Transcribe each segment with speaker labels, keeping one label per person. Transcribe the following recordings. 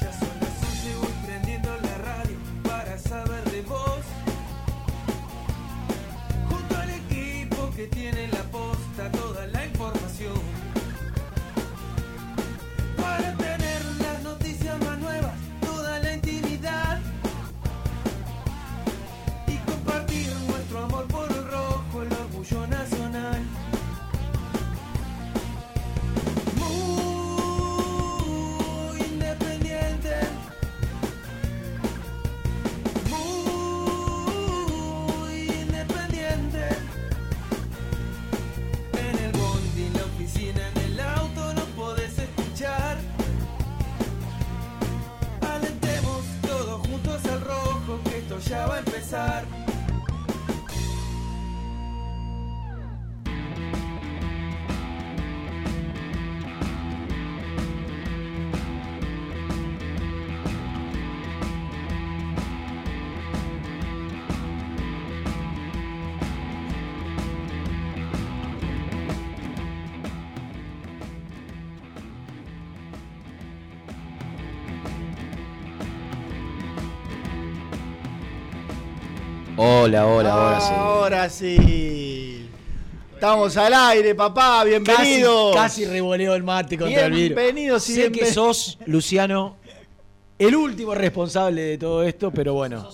Speaker 1: Ya son las 11, voy prendiendo la radio para saber de vos. Junto al equipo que tiene la posta toda la información. Para tener las noticias más nuevas, toda la intimidad. Y compartir nuestro amor por el rojo, el orgullo nacional. Muy independiente. Muy independiente. En el bondi, en la oficina, en el auto no podés escuchar. Alentemos todos juntos al rojo que esto ya va a empezar.
Speaker 2: Hola, hola, ahora sí.
Speaker 3: Ahora sí. Estamos al aire, papá. Bienvenidos.
Speaker 4: Casi, casi revoleo el mate contra el vidrio.
Speaker 3: Bienvenidos. y
Speaker 4: Sé que
Speaker 3: bienven-
Speaker 4: sos, Luciano, el último responsable de todo esto, pero bueno.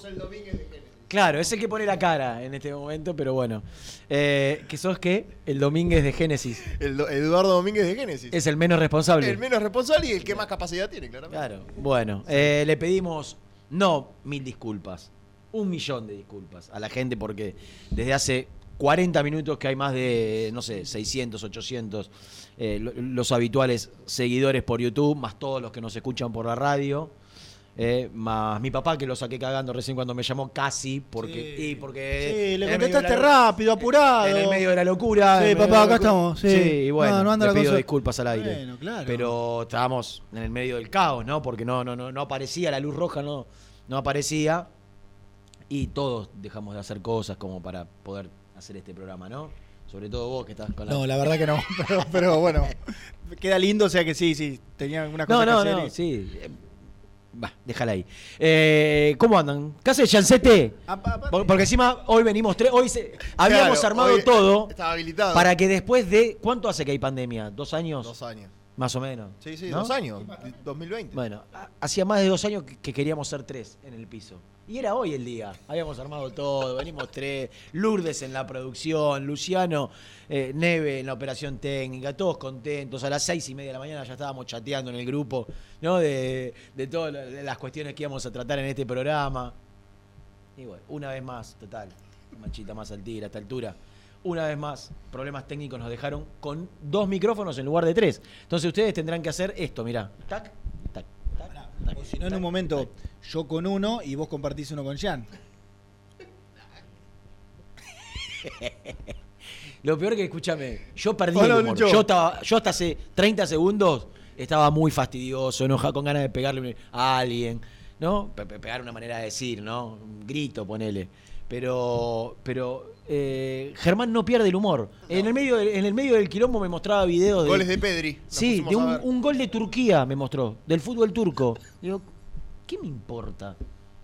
Speaker 4: Claro, es el que pone la cara en este momento, pero bueno. Eh, que sos que el Domínguez de Génesis
Speaker 2: El do- Eduardo Domínguez de Génesis.
Speaker 4: es el menos responsable.
Speaker 2: el menos responsable y el que más capacidad tiene, claramente.
Speaker 4: Claro. Bueno, eh, le pedimos no mil disculpas, un millón de disculpas a la gente porque desde hace 40 minutos que hay más de, no sé, 600, 800, eh, lo- los habituales seguidores por YouTube, más todos los que nos escuchan por la radio. eh, más mi papá que lo saqué cagando recién cuando me llamó casi porque y porque
Speaker 3: Sí,
Speaker 4: en
Speaker 3: le
Speaker 4: el
Speaker 3: contestaste
Speaker 4: medio de la-
Speaker 3: rápido, apurado.
Speaker 4: en el medio de la locura
Speaker 3: Sí,
Speaker 4: en el
Speaker 3: papá,
Speaker 4: medio de la
Speaker 3: acá
Speaker 4: locu-
Speaker 3: estamos, sí.
Speaker 4: y bueno
Speaker 3: No, no anda
Speaker 4: le
Speaker 3: la
Speaker 4: pido
Speaker 3: cosa-
Speaker 4: disculpas al aire
Speaker 3: Bueno, claro.
Speaker 4: pero estábamos en el medio del caos, ¿no? Porque no, no, no, no aparecía, la luz roja no, no aparecía. Y todos dejamos de hacer cosas como para poder hacer este programa, ¿no? Sobre todo vos que estás con la.
Speaker 3: No, la verdad que no. Pero, pero bueno, queda lindo, o sea que sí, sí. Tenía alguna cosa
Speaker 4: no, no,
Speaker 3: que hacer.
Speaker 4: no,
Speaker 3: y-
Speaker 4: sí. Eh, Va, déjala ahí. Eh, ¿Cómo andan? ¿Qué haces, Chancete?
Speaker 3: Ah, pa- pa-
Speaker 4: Por- Porque encima hoy venimos tres. Hoy se- habíamos
Speaker 2: Claro,
Speaker 4: armado
Speaker 2: hoy
Speaker 4: todo
Speaker 2: Estaba habilitado.
Speaker 4: para que después de. ¿Cuánto hace que hay pandemia? ¿Dos años?
Speaker 2: Dos años.
Speaker 4: Más o menos.
Speaker 2: Sí, sí,
Speaker 4: ¿No?
Speaker 2: dos años. 2020.
Speaker 4: Bueno, ha- hacía más de dos años que- que queríamos ser tres en el piso. Y era hoy el día. Habíamos armado todo, venimos tres. Lourdes en la producción, Luciano eh, Neve en la operación técnica, todos contentos. A las seis y media de la mañana ya estábamos chateando en el grupo, ¿no? De, de todas la- de las cuestiones que íbamos a tratar en este programa. Y bueno, una vez más, total. Manchita más al tigre a esta altura. Una vez más, problemas técnicos nos dejaron con dos micrófonos en lugar de tres. Entonces ustedes tendrán que hacer esto, mirá. Tac, tac, tac. tac,
Speaker 3: O si no, en
Speaker 4: tac.
Speaker 3: un momento, yo con uno y vos compartís uno con Jan.
Speaker 4: Lo peor que escúchame, yo perdí
Speaker 2: Hola,
Speaker 4: el humor.
Speaker 2: Lucho.
Speaker 4: Yo, estaba, yo hasta hace 30 segundos estaba muy fastidioso, enojado, con ganas de pegarle a alguien, ¿no? Pe- pe- Pegar una manera de decir, ¿no? Un grito, ponele. Pero, pero eh, Germán no pierde el humor. En, el medio, del- en el medio del quilombo me mostraba videos de...
Speaker 2: Goles de Pedri. Nos
Speaker 4: Sí,
Speaker 2: pusimos
Speaker 4: de
Speaker 2: a
Speaker 4: un,
Speaker 2: ver.
Speaker 4: un gol de Turquía me mostró, del fútbol turco. Digo, ¿qué me importa?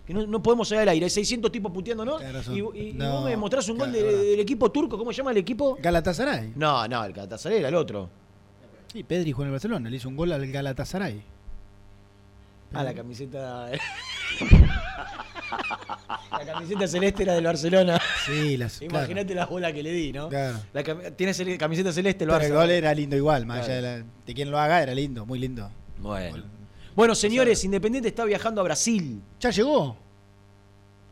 Speaker 4: Que no, no podemos llegar al aire. Hay 600 tipos puteándonos.
Speaker 3: Tenés razón.
Speaker 4: Y, y- y
Speaker 3: No,
Speaker 4: vos me mostrás un gol
Speaker 3: claro,
Speaker 4: de-
Speaker 3: es verdad.
Speaker 4: del equipo turco. ¿Cómo se llama el equipo?
Speaker 3: Galatasaray.
Speaker 4: No, no, el Galatasaray era el otro.
Speaker 3: Sí, Pedri jugó en el Barcelona. Le hizo un gol al Galatasaray.
Speaker 4: Ah, la camiseta. la camiseta celeste era del Barcelona.
Speaker 3: Sí, las.
Speaker 4: Imagínate la bola que le di, ¿no?
Speaker 3: Claro.
Speaker 4: La cam- tiene cele- camiseta celeste el
Speaker 3: Pero el
Speaker 4: Barcelona.
Speaker 3: gol era lindo igual, más
Speaker 4: Claro.
Speaker 3: allá de, la- de quien lo haga, era lindo, muy lindo.
Speaker 4: Bueno. Bueno, señores, Independiente está viajando a Brasil.
Speaker 3: Ya llegó.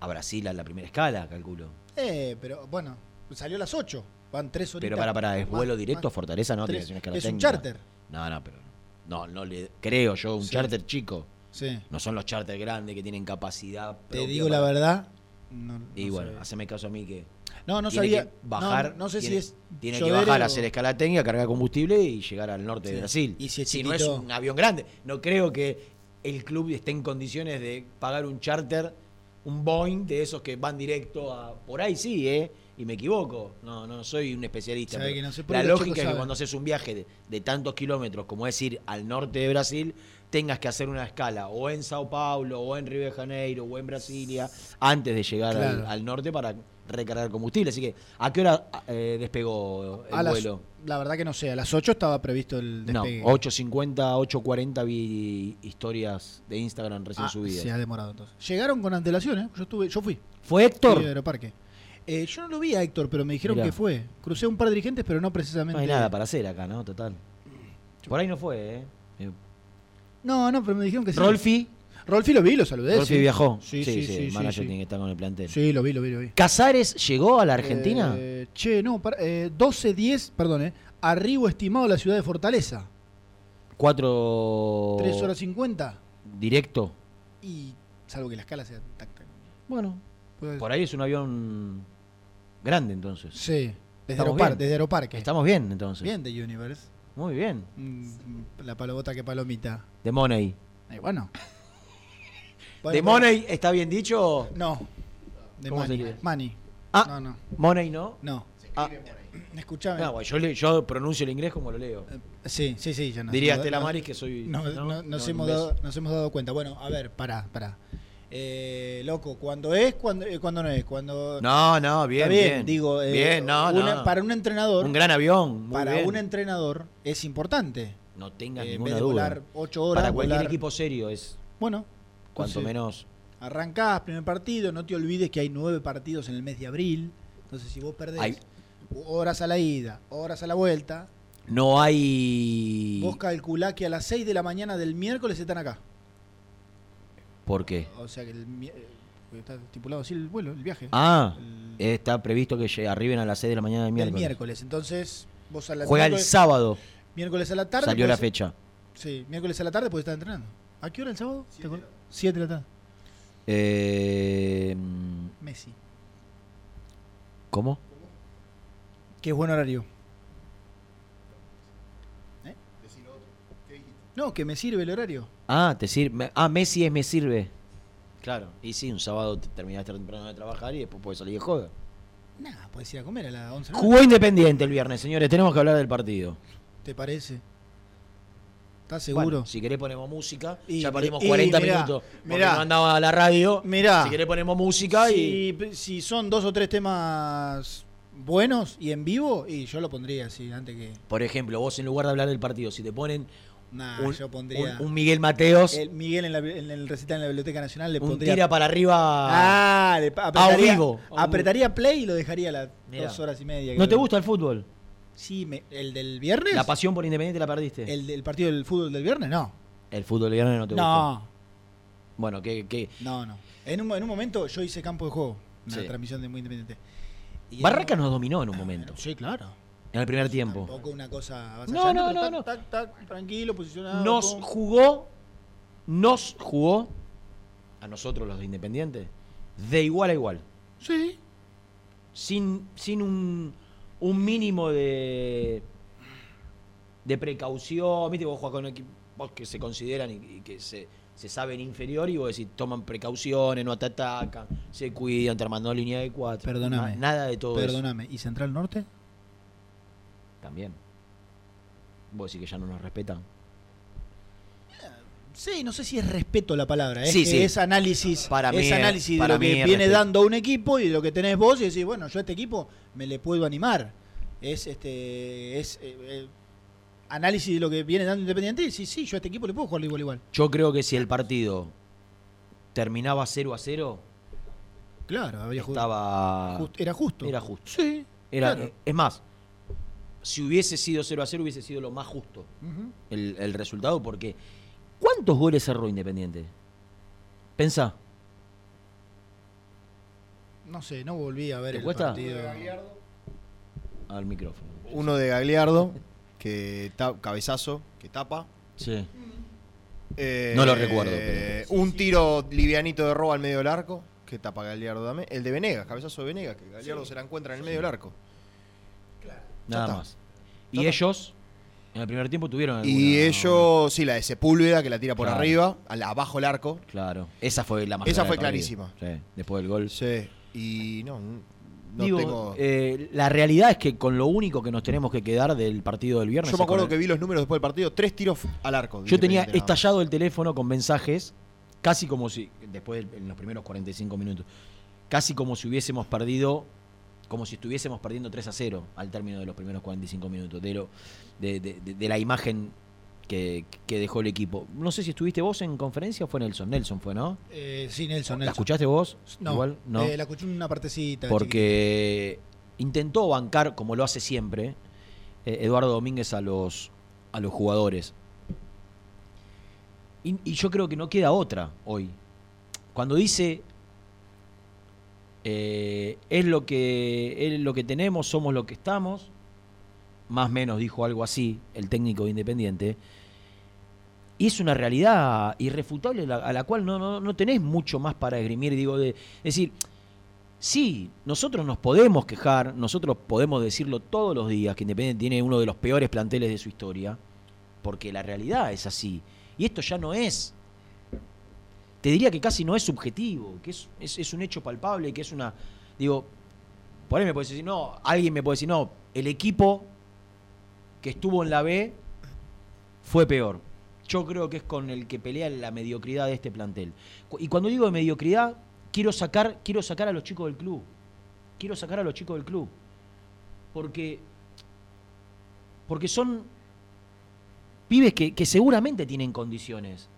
Speaker 4: A Brasil a la primera escala, calculo.
Speaker 3: Eh, pero bueno, salió a las 8. Van 3 horitas.
Speaker 4: Pero para, para, es
Speaker 3: Más-
Speaker 4: vuelo directo a
Speaker 3: más.
Speaker 4: Fortaleza, no,
Speaker 3: Tres.
Speaker 4: tiene que ser una escala
Speaker 3: Es un
Speaker 4: técnica.
Speaker 3: charter.
Speaker 4: No, no, pero. No, no le creo yo, un
Speaker 5: Sí.
Speaker 4: charter chico.
Speaker 5: Sí.
Speaker 4: No son los charters grandes que tienen capacidad.
Speaker 5: Te
Speaker 4: propia
Speaker 5: digo la
Speaker 4: para-
Speaker 5: verdad. No, no
Speaker 4: Y bueno,
Speaker 5: sabía.
Speaker 4: haceme caso a mí que.
Speaker 5: No, no
Speaker 4: tiene
Speaker 5: sabía.
Speaker 4: que bajar.
Speaker 5: No, no sé
Speaker 4: tiene-
Speaker 5: si es.
Speaker 4: Tiene que
Speaker 5: llover
Speaker 4: bajar,
Speaker 5: o-
Speaker 4: hacer escala técnica, cargar combustible y llegar al norte
Speaker 5: Sí.
Speaker 4: de Brasil.
Speaker 5: Y si es
Speaker 4: no es
Speaker 5: chiquito-
Speaker 4: un avión grande. No creo que el club esté en condiciones de pagar un charter, un Boeing de esos que van directo a. Por ahí sí, ¿eh? Y me equivoco. No, no soy un especialista.
Speaker 5: Sabe
Speaker 4: pero
Speaker 5: que no sé, porque
Speaker 4: la
Speaker 5: los
Speaker 4: lógica
Speaker 5: chicos
Speaker 4: es que
Speaker 5: saben.
Speaker 4: cuando haces un viaje de, de tantos kilómetros como es ir al norte de Brasil, tengas que hacer una escala o en Sao Paulo, o en Río de Janeiro, o en Brasilia, antes de llegar al-
Speaker 5: Claro.
Speaker 4: al, norte para recargar combustible. Así que, ¿a qué hora eh, despegó el
Speaker 5: a las-
Speaker 4: vuelo?
Speaker 5: la verdad que no sé, a las 8 estaba previsto el
Speaker 4: No,
Speaker 5: despegue.
Speaker 4: 8.50, 8.40 vi historias de Instagram recién
Speaker 5: Ah,
Speaker 4: subidas.
Speaker 5: Se ha demorado entonces. Llegaron con antelación, ¿eh? Yo, estuve, yo fui.
Speaker 4: ¿Fue Héctor?
Speaker 5: Fui a Aeroparque. Eh, yo no lo vi a Héctor, pero me dijeron
Speaker 4: Mirá.
Speaker 5: que fue. Crucé un par de dirigentes, pero no
Speaker 4: No
Speaker 5: precisamente.
Speaker 4: hay nada para hacer acá, ¿no? Total. Por ahí no fue, ¿eh? Eh,
Speaker 5: No, no, pero me dijeron que sí.
Speaker 4: Rolfi,
Speaker 5: Rolfi lo vi, lo saludé.
Speaker 4: Rolfi
Speaker 5: sí.
Speaker 4: viajó.
Speaker 5: Sí, sí, sí.
Speaker 4: el
Speaker 5: sí,
Speaker 4: manager
Speaker 5: sí.
Speaker 4: tiene que estar con el plantel.
Speaker 5: Sí, lo vi, lo vi, lo vi.
Speaker 4: ¿Casares llegó a la Argentina?
Speaker 5: Eh, che, no, para- eh, 12.10, perdón, eh, arribo estimado a la ciudad de Fortaleza.
Speaker 4: ¿Cuatro
Speaker 5: 3 horas 50
Speaker 4: directo?
Speaker 5: y salvo que la escala sea tac, tac.
Speaker 4: Bueno,
Speaker 5: Puede-
Speaker 4: por ahí es un avión grande entonces.
Speaker 5: Sí, desde,
Speaker 4: Estamos
Speaker 5: Aeropar-
Speaker 4: bien.
Speaker 5: desde Aeroparque.
Speaker 4: Estamos bien entonces.
Speaker 5: bien de Universe.
Speaker 4: Muy bien.
Speaker 5: Mm, La palobota que palomita.
Speaker 4: De Money.
Speaker 5: Eh, bueno. Bueno,
Speaker 4: ¿De
Speaker 5: pero-
Speaker 4: Money está bien dicho?
Speaker 5: No. De
Speaker 4: ¿Cómo se
Speaker 5: Mani.
Speaker 4: quiere?
Speaker 5: Mani.
Speaker 4: Ah.
Speaker 5: No, no.
Speaker 4: Money no.
Speaker 5: No.
Speaker 4: Ah,
Speaker 5: Escuchame.
Speaker 4: no, bueno, yo, le- yo pronuncio el inglés como lo leo.
Speaker 5: Eh, Sí, sí, sí, ya no.
Speaker 4: Diría
Speaker 5: no,
Speaker 4: Estela
Speaker 5: no,
Speaker 4: Maris que soy.
Speaker 5: no, no, nos,
Speaker 4: un
Speaker 5: hemos
Speaker 4: beso.
Speaker 5: dado, nos hemos dado cuenta. Bueno, a ver, pará, pará. Eh, loco, cuando es, cuando, eh, cuando no es, cuando
Speaker 4: No, no, bien,
Speaker 5: Está
Speaker 4: bien.
Speaker 5: digo, eh,
Speaker 4: bien, no,
Speaker 5: una-
Speaker 4: no.
Speaker 5: para un entrenador,
Speaker 4: un gran avión. muy
Speaker 5: para
Speaker 4: bien.
Speaker 5: un entrenador es importante.
Speaker 4: No tengas
Speaker 5: Eh, en
Speaker 4: ninguna
Speaker 5: vez de
Speaker 4: duda.
Speaker 5: volar 8 horas,
Speaker 4: para cualquier
Speaker 5: volar-
Speaker 4: equipo serio es
Speaker 5: Bueno,
Speaker 4: cuanto
Speaker 5: entonces,
Speaker 4: menos.
Speaker 5: Arrancás, primer partido, no te olvides que hay nueve partidos en el mes de abril. Entonces, si vos perdés
Speaker 4: Hay-
Speaker 5: horas a la ida, horas a la vuelta,
Speaker 4: No hay.
Speaker 5: vos calculá que a las 6 de la mañana del miércoles están acá.
Speaker 4: ¿Por qué?
Speaker 5: O sea que el mi- eh, está estipulado así el vuelo, el viaje.
Speaker 4: Ah,
Speaker 5: El-
Speaker 4: está previsto que llegue- arriben a las 6 de la mañana del
Speaker 5: del
Speaker 4: miércoles.
Speaker 5: miércoles. Entonces, vos a la
Speaker 4: Juega el
Speaker 5: miércoles-
Speaker 4: sábado.
Speaker 5: miércoles a la tarde.
Speaker 4: Salió la
Speaker 5: podés-
Speaker 4: fecha.
Speaker 5: Sí, miércoles a la tarde puedes estar entrenando. ¿A qué hora el sábado? ¿Te acuerdas? Siete de la tarde.
Speaker 4: Eh,
Speaker 5: Messi.
Speaker 4: ¿Cómo?
Speaker 5: Que es buen horario. ¿Eh? No, que me sirve el horario.
Speaker 4: Ah, te sirve. Ah, Messi es me sirve. Claro. Y sí, un sábado te terminás temprano de trabajar y después puedes salir de joda.
Speaker 5: Nada, puedes ir a comer a las 11 de la noche,
Speaker 4: Jugó Independiente el viernes, señores. Tenemos que hablar del partido.
Speaker 5: ¿Te parece? ¿Estás seguro?
Speaker 4: Bueno, si querés ponemos música.
Speaker 5: Y-
Speaker 4: ya perdimos
Speaker 5: y
Speaker 4: 40
Speaker 5: mirá,
Speaker 4: minutos. Porque
Speaker 5: mirá.
Speaker 4: no andaba a la radio.
Speaker 5: Mirá.
Speaker 4: Si querés ponemos música y...
Speaker 5: si, si son dos o tres temas buenos y en vivo, y yo lo pondría así, antes que.
Speaker 4: Por ejemplo, vos en lugar de hablar del partido, si te ponen
Speaker 5: Nah,
Speaker 4: un,
Speaker 5: yo pondría.
Speaker 4: un- un Miguel Mateos,
Speaker 5: el Miguel en, la- en el recital en la Biblioteca Nacional le
Speaker 4: un
Speaker 5: pondría.
Speaker 4: tira para arriba...
Speaker 5: ah, le pa- apretaría,
Speaker 4: vivo.
Speaker 5: apretaría play y lo dejaría a las
Speaker 4: Mirá.
Speaker 5: dos horas y media.
Speaker 4: ¿No
Speaker 5: creo.
Speaker 4: te gusta el fútbol?
Speaker 5: Sí, me- el del viernes.
Speaker 4: La pasión por Independiente la perdiste. El,
Speaker 5: ¿El del partido del fútbol del viernes? No.
Speaker 4: fútbol del viernes no te gusta.
Speaker 5: No,
Speaker 4: Bueno, que... que...
Speaker 5: no, no. En un, en un momento yo hice campo de juego, una
Speaker 4: Sí.
Speaker 5: transmisión de muy independiente. Y
Speaker 4: Barraca
Speaker 5: en un-
Speaker 4: nos dominó en un momento,
Speaker 5: Sí, claro.
Speaker 4: en el primer tiempo.
Speaker 5: Tampoco una cosa
Speaker 4: Oh. No, no,
Speaker 5: avasallante, pero
Speaker 4: no,
Speaker 5: tac, tac, tac, tranquilo, posicionado.
Speaker 4: Nos
Speaker 5: pum.
Speaker 4: jugó, nos jugó, a nosotros los de Independiente, de igual a igual.
Speaker 5: Sí.
Speaker 4: Sin, sin un, un mínimo de, de precaución. Viste, vos jugás con equipos que se consideran y, y que se, se saben inferior y vos decís, toman precauciones, no te atacan, se cuidan, te armando línea de cuatro.
Speaker 5: Perdóname.
Speaker 4: Na- Nada de todo eso.
Speaker 5: Perdóname, ¿y Central Norte?
Speaker 4: También. Vos decís que ya no nos respetan.
Speaker 5: Sí, no sé si es respeto la palabra, es
Speaker 4: Sí,
Speaker 5: que
Speaker 4: sí.
Speaker 5: es análisis,
Speaker 4: Para mí
Speaker 5: es
Speaker 4: es-
Speaker 5: análisis
Speaker 4: para
Speaker 5: de lo
Speaker 4: mí
Speaker 5: que
Speaker 4: es
Speaker 5: viene
Speaker 4: respeto.
Speaker 5: dando un equipo y de lo que tenés vos y decís, bueno, yo a este equipo me le puedo animar. Es este es eh, eh, análisis de lo que viene dando Independiente y sí, sí, yo a este equipo le puedo jugar igual igual.
Speaker 4: Yo creo que si el partido terminaba 0 a 0,
Speaker 5: Claro, habría jugado.
Speaker 4: estaba.
Speaker 5: Just- era justo.
Speaker 4: Ah. Era justo.
Speaker 5: Sí.
Speaker 4: Era-
Speaker 5: claro.
Speaker 4: Es más, si hubiese sido 0 a 0, hubiese sido lo más justo
Speaker 5: Ujú.
Speaker 4: el, el resultado, porque ¿cuántos goles cerró Independiente? Pensá,
Speaker 5: No sé, no volví a ver
Speaker 4: ¿Te
Speaker 5: el
Speaker 4: cuesta?
Speaker 5: partido.
Speaker 4: al micrófono.
Speaker 2: Uno de Gagliardo, que ta- cabezazo, que tapa.
Speaker 4: Sí.
Speaker 2: Eh,
Speaker 5: No lo recuerdo, pero-
Speaker 2: Un tiro livianito de robo al medio del arco, que tapa Galeardo también. El de Venegas, cabezazo de Venegas, que Galeardo se la encuentra en el medio del arco. Ya
Speaker 4: Nada
Speaker 2: está.
Speaker 4: más. Y ellos, en el primer tiempo, tuvieron alguna...
Speaker 2: Y ellos, sí, la de Sepúlveda, que la tira por
Speaker 4: Claro.
Speaker 2: arriba, al- abajo el arco.
Speaker 4: Claro. Esa fue la más
Speaker 2: Esa
Speaker 4: clara
Speaker 2: fue
Speaker 4: del
Speaker 2: clarísima.
Speaker 4: partido. Sí, después del gol.
Speaker 2: Sí. Y no, no
Speaker 4: Digo,
Speaker 2: tengo...
Speaker 4: eh, la realidad es que con lo único que nos tenemos que quedar del partido del viernes.
Speaker 2: Yo me
Speaker 4: es
Speaker 2: acuerdo
Speaker 4: con
Speaker 2: que vi los números después del partido, tres tiros al arco. de
Speaker 4: Yo tenía
Speaker 2: Independiente, nada más.
Speaker 4: estallado el teléfono con mensajes, casi como si, después del- en los primeros 45 minutos, casi como si hubiésemos perdido, como si estuviésemos perdiendo 3 a 0 al término de los primeros 45 minutos, de, lo, de, de- de- de la imagen que, que dejó el equipo. No sé si estuviste vos en conferencia o fue Nelson. Nelson fue, ¿no?
Speaker 3: Eh, sí, Nelson,
Speaker 4: ¿La
Speaker 3: Nelson.
Speaker 4: escuchaste vos?
Speaker 3: No,
Speaker 4: Igual, no.
Speaker 3: eh, la escuché una partecita.
Speaker 4: porque intentó bancar, como lo hace siempre, eh, Eduardo Domínguez a los, a los jugadores. Y, y yo creo que no queda otra hoy. Cuando dice, eh, es, lo que, es lo que tenemos, somos lo que estamos, más o menos dijo algo así el técnico de Independiente, y es una realidad irrefutable la- a la cual no, no, no tenés mucho más para esgrimir, digo, de, es decir, Sí, nosotros nos podemos quejar, nosotros podemos decirlo todos los días que Independiente tiene uno de los peores planteles de su historia, porque la realidad es así. Y esto ya no es, te diría que casi no es subjetivo, que es, es- es un hecho palpable, que es una, digo, por ahí me puede decir, no, alguien me puede decir, no, el equipo que estuvo en la B fue peor. Yo creo que es con el que pelea la mediocridad de este plantel. Cu- Y cuando digo de mediocridad, quiero sacar, quiero sacar a los chicos del club. Quiero sacar a los chicos del club. Porque, porque son pibes que, que seguramente tienen condiciones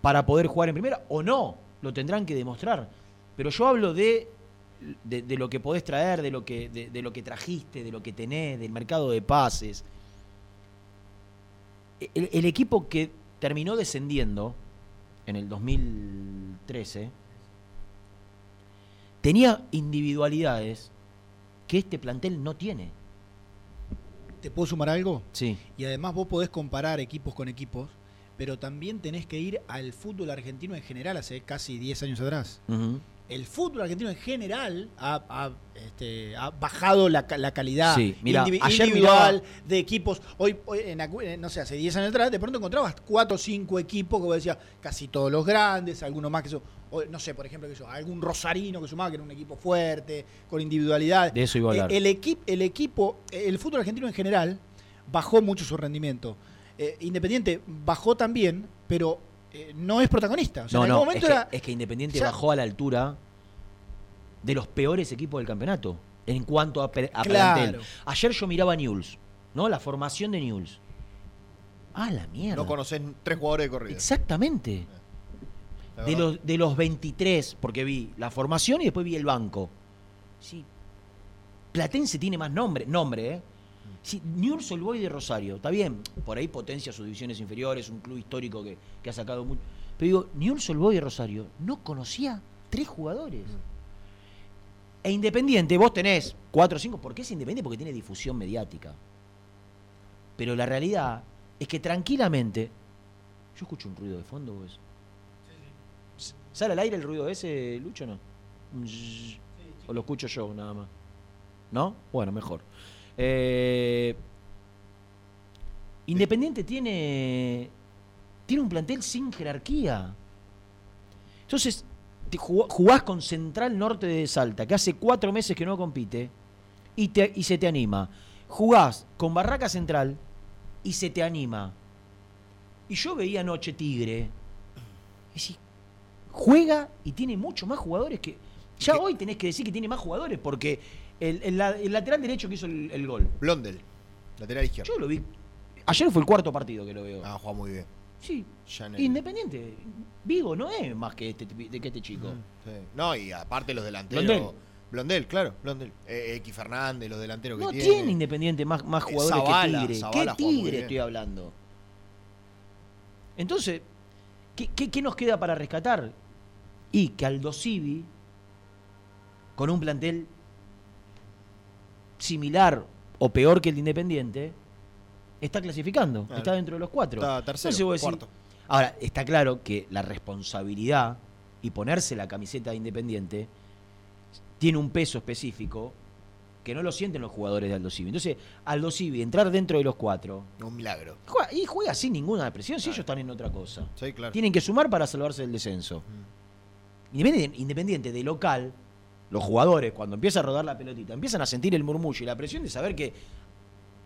Speaker 4: para poder jugar en primera o no, lo tendrán que demostrar. Pero yo hablo de, de, de lo que podés traer, de lo que, de- de lo que trajiste, de lo que tenés, del mercado de pases. El, el equipo que terminó descendiendo en el 2013 tenía individualidades que este plantel no tiene.
Speaker 3: ¿Te puedo sumar algo?
Speaker 4: Sí.
Speaker 3: Y además vos podés comparar equipos con equipos, pero también tenés que ir al fútbol argentino en general hace casi 10 años atrás. El fútbol argentino en general ha, ha, este, ha bajado la, ca- la calidad
Speaker 4: Sí, mirá,
Speaker 3: indivi-
Speaker 4: ayer
Speaker 3: individual de equipos. Hoy, hoy en acu- eh, no sé, hace 10 años atrás, de pronto encontrabas 4 o 5 equipos que vos decías, casi todos los grandes, algunos más que eso. o, no sé, por ejemplo, que yo, algún rosarino que sumaba, que era un equipo fuerte, con individualidad.
Speaker 4: De eso iba a
Speaker 3: Eh,
Speaker 4: hablar.
Speaker 3: el, equi- el equipo, eh, el fútbol argentino en general, bajó mucho su rendimiento. Eh, Independiente bajó también, pero eh, no es protagonista. O sea,
Speaker 4: no,
Speaker 3: en
Speaker 4: no,
Speaker 3: algún
Speaker 4: es
Speaker 3: momento
Speaker 4: que,
Speaker 3: era.
Speaker 4: es que Independiente
Speaker 3: ya-
Speaker 4: bajó a la altura de los peores equipos del campeonato en cuanto a, pe- a
Speaker 3: Claro.
Speaker 4: plantel. Ayer yo miraba a Newell's, ¿no? La formación de Newell's. Ah, la mierda.
Speaker 2: No conocés tres jugadores de corrida.
Speaker 4: Exactamente.
Speaker 2: la
Speaker 4: De
Speaker 2: verdad.
Speaker 4: los, de los 23, porque vi la formación y después vi el banco. Sí. Platense tiene más nombre, nombre, ¿eh?
Speaker 2: Mm.
Speaker 4: Sí, Newell's Old Boys de Rosario, está bien, por ahí potencia sus divisiones inferiores, un club histórico que, que ha sacado mucho. Pero digo, Newell's Old Boys de Rosario no conocía tres jugadores. E Independiente, vos tenés cuatro o cinco, ¿por qué es Independiente? Porque tiene difusión mediática. Pero la realidad es que tranquilamente, yo escucho un ruido de fondo, vos. ¿Sale al aire el ruido ese, Lucho, o no? Un zzzz. O lo escucho yo nada más. ¿No? Bueno, mejor. Eh, Independiente tiene. Tiene un plantel sin jerarquía. Entonces, te jugó- jugás con Central Norte de Salta, que hace cuatro meses que no compite, y, te- y se te anima. Jugás con Barraca Central y se te anima. Y yo veía anoche Tigre. Y decís, juega y tiene mucho más jugadores que. Ya hoy tenés que decir que tiene más jugadores, porque el, el la- el lateral derecho que hizo el, el gol,
Speaker 2: Blondel, lateral izquierdo.
Speaker 4: yo lo vi. Ayer fue el cuarto partido que lo veo.
Speaker 2: Ah, juega muy bien.
Speaker 4: Sí.
Speaker 2: Ya en el-
Speaker 4: Independiente. Vigo no es más que este, de que este chico.
Speaker 2: Mm, Sí. No, y aparte los delanteros.
Speaker 4: Blondel.
Speaker 2: Blondel, claro, Blondel. Eh, X Fernández, los delanteros que
Speaker 4: No tiene,
Speaker 2: tiene.
Speaker 4: Independiente más, más
Speaker 2: Eh,
Speaker 4: jugadores
Speaker 2: Zavala,
Speaker 4: que Tigre.
Speaker 2: Zavala
Speaker 4: ¿Qué
Speaker 2: juega muy
Speaker 4: Tigre
Speaker 2: bien.
Speaker 4: estoy hablando? Entonces, ¿qué, qué- qué nos queda para rescatar? Y que Aldo Civi, con un plantel similar o peor que el de Independiente, está clasificando,
Speaker 6: Claro.
Speaker 4: está dentro de los cuatro.
Speaker 6: Está tercero,
Speaker 4: Entonces vos decís-
Speaker 6: cuarto.
Speaker 4: Ahora, está claro que la responsabilidad y ponerse la camiseta de Independiente tiene un peso específico que no lo sienten los jugadores de Aldo Civi. Entonces, Aldo Civi, entrar dentro de los cuatro,
Speaker 6: Un milagro.
Speaker 4: juega- y juega sin ninguna depresión si ellos están en otra cosa.
Speaker 6: Sí, claro.
Speaker 4: Tienen que sumar para salvarse del descenso. Independiente, independiente de local, los jugadores, cuando empieza a rodar la pelotita, empiezan a sentir el murmullo y la presión de saber que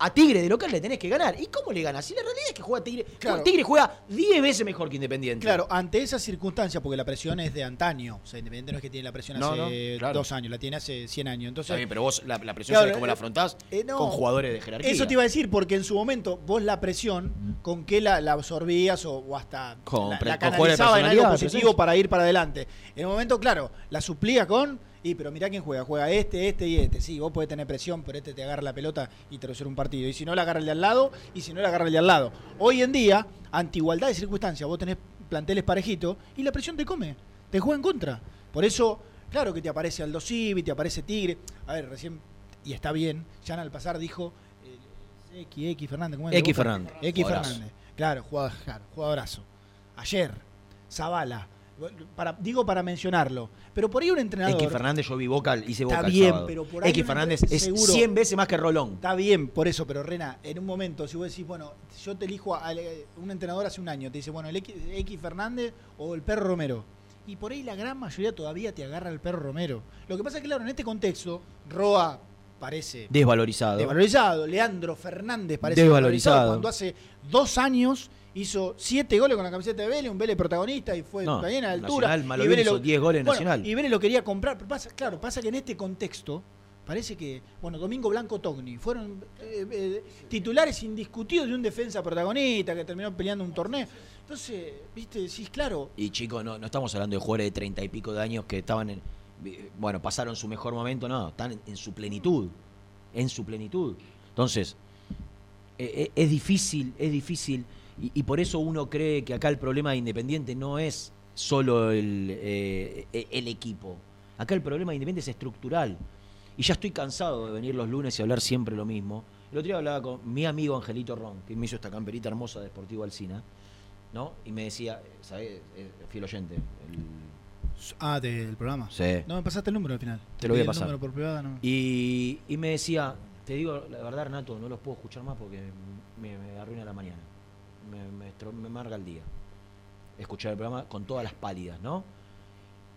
Speaker 4: a Tigre de local le tenés que ganar. ¿Y cómo le ganas? Si la realidad es que juega Tigre.
Speaker 5: Claro.
Speaker 4: Tigre juega 10 veces mejor que Independiente.
Speaker 5: Claro, ante esas circunstancias, porque la presión es de antaño, o sea, Independiente no es que tiene la presión
Speaker 4: No,
Speaker 5: hace
Speaker 4: no, claro.
Speaker 5: dos años, la tiene hace 100 años.
Speaker 4: Está
Speaker 5: Entonces,
Speaker 4: bien, pero vos la, la presión,
Speaker 5: Claro,
Speaker 4: ¿sabés cómo la
Speaker 5: eh,
Speaker 4: afrontás?
Speaker 5: eh, no.
Speaker 4: Con jugadores de jerarquía.
Speaker 5: Eso te iba a decir, porque en su momento vos la presión, ¿con qué la, la absorbías o, o hasta
Speaker 4: Con
Speaker 5: la,
Speaker 4: pre-
Speaker 5: la
Speaker 4: con jugadores de
Speaker 5: canalizabas en algo
Speaker 4: personalidad,
Speaker 5: positivo
Speaker 4: presencia.
Speaker 5: para ir para adelante? En un momento, claro, la suplías con, y pero mirá quién juega, juega este, este y este. Sí, vos podés tener presión, pero este te agarra la pelota y te resuelve un partido. Y si no, la agarra el de al lado, y si no, la agarra el de al lado. Hoy en día, ante igualdad de circunstancias, vos tenés planteles parejitos y la presión te come, te juega en contra. Por eso, claro que te aparece Aldo Civi, te aparece Tigre. A ver, recién, y está bien, Jan al pasar dijo... eh, X, X Fernández, ¿cómo es?
Speaker 4: X Fernández.
Speaker 5: X
Speaker 4: Jugadorazo.
Speaker 5: Fernández. Claro, jugador, claro, jugadorazo. Ayer, Zavala. Para, digo para mencionarlo. Pero por ahí un entrenador.
Speaker 4: X Fernández, yo vi Boca, hice Boca.
Speaker 5: Está
Speaker 4: el
Speaker 5: bien,
Speaker 4: sábado.
Speaker 5: pero por ahí
Speaker 4: X
Speaker 5: no-
Speaker 4: Fernández es
Speaker 5: seguro.
Speaker 4: 100 veces más que Rolón.
Speaker 5: Está bien, por eso, pero Rena, en un momento, si vos decís, bueno, yo te elijo a, a un entrenador hace un año, te dice, bueno, el X, X Fernández o el perro Romero. Y por ahí la gran mayoría todavía te agarra el perro Romero. Lo que pasa es que, claro, en este contexto, Roa parece
Speaker 4: Desvalorizado.
Speaker 5: Desvalorizado. Leandro Fernández parece
Speaker 4: Desvalorizado.
Speaker 5: desvalorizado cuando hace dos años hizo siete goles con la camiseta de Vélez, un Vélez protagonista y fue
Speaker 4: No,
Speaker 5: también a la altura.
Speaker 4: Nacional, Malo
Speaker 5: y Vélez
Speaker 4: hizo 10 goles en
Speaker 5: bueno,
Speaker 4: Nacional.
Speaker 5: Y Vélez lo quería comprar. Pero pasa, claro, pasa que en este contexto parece que, bueno, Domingo Blanco Togni fueron eh, eh, titulares indiscutidos de un defensa protagonista que terminó peleando un torneo. Entonces, viste, decís, claro,
Speaker 4: Y chicos, no, no estamos hablando de jugadores de treinta y pico de años que estaban en. Bueno, pasaron su mejor momento, no, están en, en su plenitud. En su plenitud. Entonces, eh, eh, es difícil, es difícil. Y, y por eso uno cree que acá el problema de Independiente no es solo el, eh, eh, el equipo. Acá el problema de Independiente es estructural. Y ya estoy cansado de venir los lunes y hablar siempre lo mismo. El otro día hablaba con mi amigo Angelito Ron, que me hizo esta camperita hermosa de Sportivo Alcina. ¿no? Y me decía, ¿sabes? Eh, Fiel oyente. el-
Speaker 5: ah, del programa. No me pasaste el número al final.
Speaker 4: Te lo voy
Speaker 5: pedí
Speaker 4: a
Speaker 5: el
Speaker 4: pasar.
Speaker 5: número por privada, no.
Speaker 4: Y, y me decía, te digo la verdad, Renato, no los puedo escuchar más porque me, me arruina la mañana. Me, me, estro- me amarga el día. Escuchar el programa con todas las pálidas, ¿no?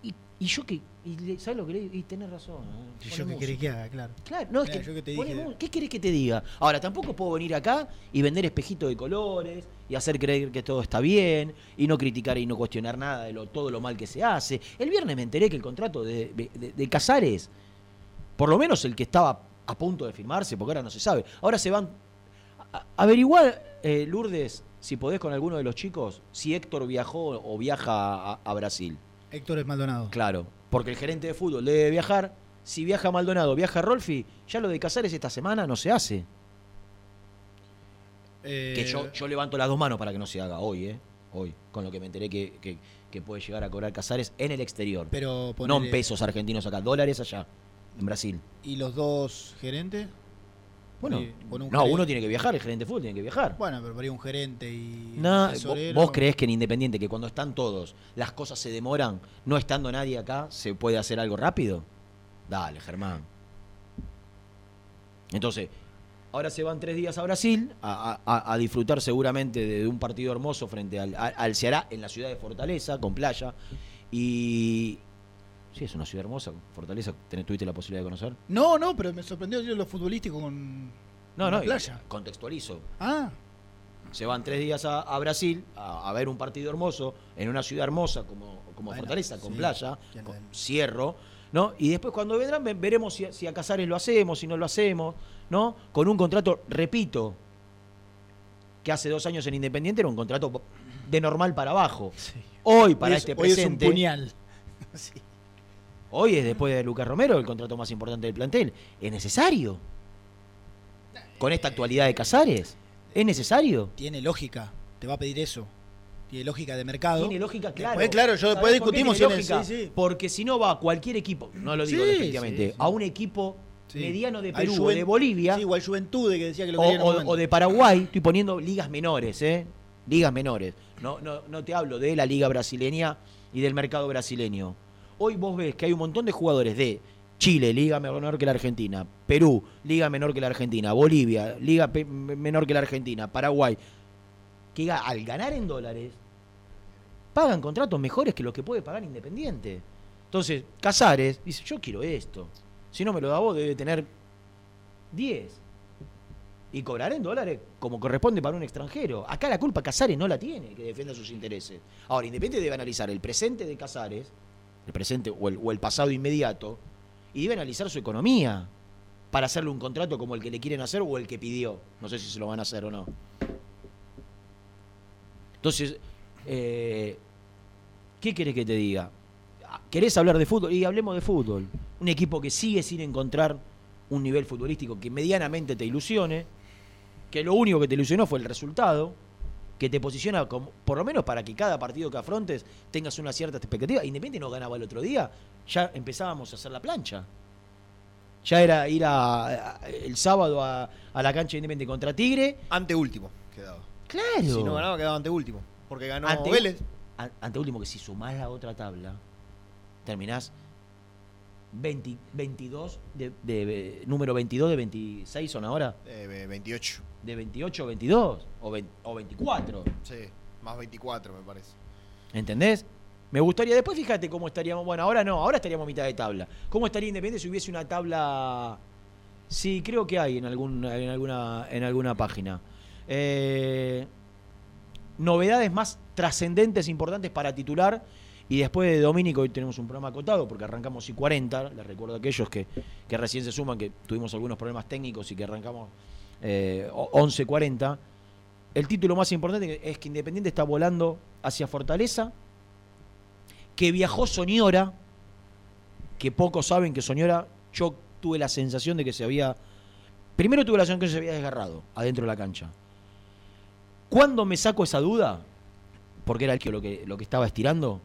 Speaker 4: Y, y yo que. Y le- ¿Sabes lo que le digo? Y tenés razón. ¿eh?
Speaker 5: Y
Speaker 4: Poné
Speaker 5: yo qué
Speaker 4: música.
Speaker 5: querés que haga, claro.
Speaker 4: Claro, no, es
Speaker 5: Mirá,
Speaker 4: que,
Speaker 5: yo que te
Speaker 4: poné
Speaker 5: dije-
Speaker 4: mu- ¿qué querés que te diga? Ahora, tampoco puedo venir acá y vender espejitos de colores y hacer creer que todo está bien y no criticar y no cuestionar nada de lo, todo lo mal que se hace. El viernes me enteré que el contrato de, de- de- de Casares, por lo menos el que estaba a punto de firmarse, porque ahora no se sabe, ahora se van... a- Averiguar, eh, Lourdes, si podés con alguno de los chicos, si Héctor viajó o viaja a- a Brasil.
Speaker 5: Héctor es Maldonado.
Speaker 4: Claro, porque el gerente de fútbol debe viajar. Si viaja Maldonado, viaja Rolfi, ya lo de Casares esta semana no se hace. Que
Speaker 5: Eh,
Speaker 4: yo, yo levanto las dos manos para que no se haga hoy, ¿eh? Hoy, con lo que me enteré que, que- que puede llegar a cobrar Casares en el exterior.
Speaker 5: Pero
Speaker 4: no en
Speaker 5: ponele-
Speaker 4: pesos argentinos acá, dólares allá, en Brasil.
Speaker 5: ¿Y los dos gerentes?
Speaker 4: Bueno,
Speaker 5: Sí, con un
Speaker 4: no,
Speaker 5: gerente.
Speaker 4: uno tiene que viajar, el gerente de fútbol tiene que viajar.
Speaker 5: Bueno, pero por ahí un gerente y
Speaker 4: No,
Speaker 5: un
Speaker 4: vos,
Speaker 5: tesorero.
Speaker 4: vos creés que en Independiente, que cuando están todos, las cosas se demoran, no estando nadie acá, se puede hacer algo rápido? Dale, Germán. Entonces, ahora se van tres días a Brasil a, a- a- a disfrutar seguramente de, de un partido hermoso frente al, a- al Ceará en la ciudad de Fortaleza, con playa. Y. Sí, es una ciudad hermosa, Fortaleza, tenés- ¿tuviste la posibilidad de conocer?
Speaker 5: No, no, pero me sorprendió yo lo futbolístico con
Speaker 4: No, no,
Speaker 5: con la
Speaker 4: y-
Speaker 5: playa.
Speaker 4: contextualizo.
Speaker 5: Ah,
Speaker 4: Se van tres días a, a Brasil a, a ver un partido hermoso, en una ciudad hermosa como, como
Speaker 5: Bueno,
Speaker 4: Fortaleza, con
Speaker 5: sí,
Speaker 4: playa,
Speaker 5: ya lo
Speaker 4: con
Speaker 5: ven.
Speaker 4: cierro, ¿no? Y después cuando vendrán ve- veremos si, si a Casares lo hacemos, si no lo hacemos, ¿no? Con un contrato, repito, que hace dos años en Independiente era un contrato po- de normal para abajo.
Speaker 5: sí.
Speaker 4: Hoy, para
Speaker 5: hoy
Speaker 4: este
Speaker 5: es, hoy es un
Speaker 4: presente,
Speaker 5: puñal. Sí.
Speaker 4: hoy es después de Lucas Romero el contrato más importante del plantel. ¿Es necesario? Con esta actualidad de Casares, ¿es necesario?
Speaker 5: Tiene lógica, te va a pedir eso. Tiene lógica de mercado.
Speaker 4: Tiene lógica, claro.
Speaker 5: Después, claro, yo después
Speaker 4: ¿Sabés por qué
Speaker 5: discutimos
Speaker 4: tiene
Speaker 5: si es-
Speaker 4: lógica?
Speaker 5: sí, sí.
Speaker 4: Porque si no va a cualquier equipo, no lo digo
Speaker 5: Sí,
Speaker 4: definitivamente,
Speaker 5: sí, sí.
Speaker 4: a un equipo
Speaker 3: Sí.
Speaker 4: mediano de
Speaker 3: Hay
Speaker 4: Perú o
Speaker 3: Juven-
Speaker 4: de Bolivia
Speaker 3: Sí, o hay Juventude que decía que lo
Speaker 4: o,
Speaker 3: quería en un
Speaker 4: o-
Speaker 3: momento.
Speaker 4: o de Paraguay, estoy poniendo ligas menores, ¿eh? Ligas menores. No, no, no te hablo de la liga brasileña y del mercado brasileño. Hoy vos ves que hay un montón de jugadores de Chile, liga menor que la Argentina, Perú, liga menor que la Argentina, Bolivia, liga pe- menor que la Argentina, Paraguay, que ga- al ganar en dólares pagan contratos mejores que los que puede pagar Independiente. Entonces, Casares dice, yo quiero esto. Si no me lo da vos, debe tener 10 y cobrar en dólares como corresponde para un extranjero. Acá la culpa Casares no la tiene que defienda sus intereses. Ahora, Independiente debe analizar el presente de Casares, el presente o el, o el pasado inmediato, y debe analizar su economía para hacerle un contrato como el que le quieren hacer o el que pidió. No sé si se lo van a hacer o no. Entonces, eh, ¿qué querés que te diga? ¿Querés hablar de fútbol? Y hablemos de fútbol. Un equipo que sigue sin encontrar un nivel futbolístico que medianamente te ilusione, que lo único que te ilusionó fue el resultado, que te posiciona como- por lo menos para que cada partido que afrontes tengas una cierta expectativa. Independiente no ganaba el otro día, ya empezábamos a hacer la plancha. Ya era ir a- a- el sábado a, a la cancha de Independiente contra Tigre.
Speaker 2: Anteúltimo quedaba.
Speaker 4: Claro.
Speaker 2: Si no ganaba, quedaba anteúltimo. Porque ganó
Speaker 4: Ante-
Speaker 2: Vélez.
Speaker 4: a- ante último que si sumás la otra tabla, terminás 20 22 de, de- de- número 22 de 26 son ahora,
Speaker 2: Eh, 28.
Speaker 4: de 28 o 22 o, vein- o 24,
Speaker 2: Sí, más 24 me parece.
Speaker 4: ¿entendés? Me gustaría, después fíjate cómo estaríamos, bueno, ahora no, ahora estaríamos a mitad de tabla. ¿Cómo estaría Independiente si hubiese una tabla? Sí, creo que hay en, algún, en, alguna, en alguna página. Eh, novedades más trascendentes, importantes para titular. Y después de Domínico hoy tenemos un programa acotado porque arrancamos y 40. Les recuerdo a aquellos que, que recién se suman que tuvimos algunos problemas técnicos y que arrancamos eh, o- 11.40. El título más importante es que Independiente está volando hacia Fortaleza, que viajó Soñora, que pocos saben que Soñora, yo tuve la sensación de que se había... Primero tuve la sensación que se había desgarrado adentro de la cancha. ¿Cuándo me saco esa duda? Porque era el que lo que, lo que estaba estirando.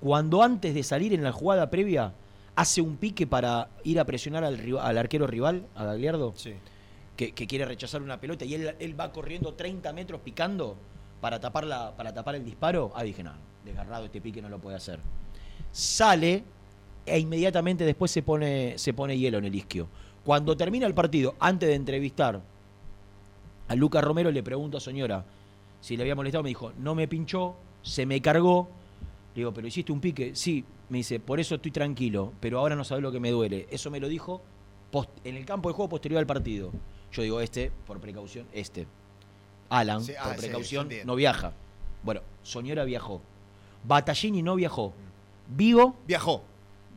Speaker 4: Cuando antes de salir en la jugada previa hace un pique para ir a presionar al, riva- al arquero rival, a Gagliardo
Speaker 2: Sí.
Speaker 4: que, que quiere rechazar una pelota y él, él va corriendo 30 metros picando para tapar, la, para tapar el disparo. Ah, dije, no, desgarrado este pique no lo puede hacer. Sale e inmediatamente después se pone, se pone hielo en el isquio. Cuando termina el partido, antes de entrevistar a Lucas Romero, le pregunto a señora si le había molestado. Me dijo, no me pinchó, se me cargó. Le digo, pero hiciste un pique. Sí, me dice, por eso estoy tranquilo, pero ahora no sabes lo que me duele. Eso me lo dijo post- en el campo de juego posterior al partido. Yo digo, este, por precaución, este. Alan,
Speaker 2: Sí, ah,
Speaker 4: por
Speaker 2: sí,
Speaker 4: precaución,
Speaker 2: se entiende.
Speaker 4: no viaja. Bueno, Soñora viajó. Batallini no viajó. Vigo
Speaker 2: Mm. Viajó.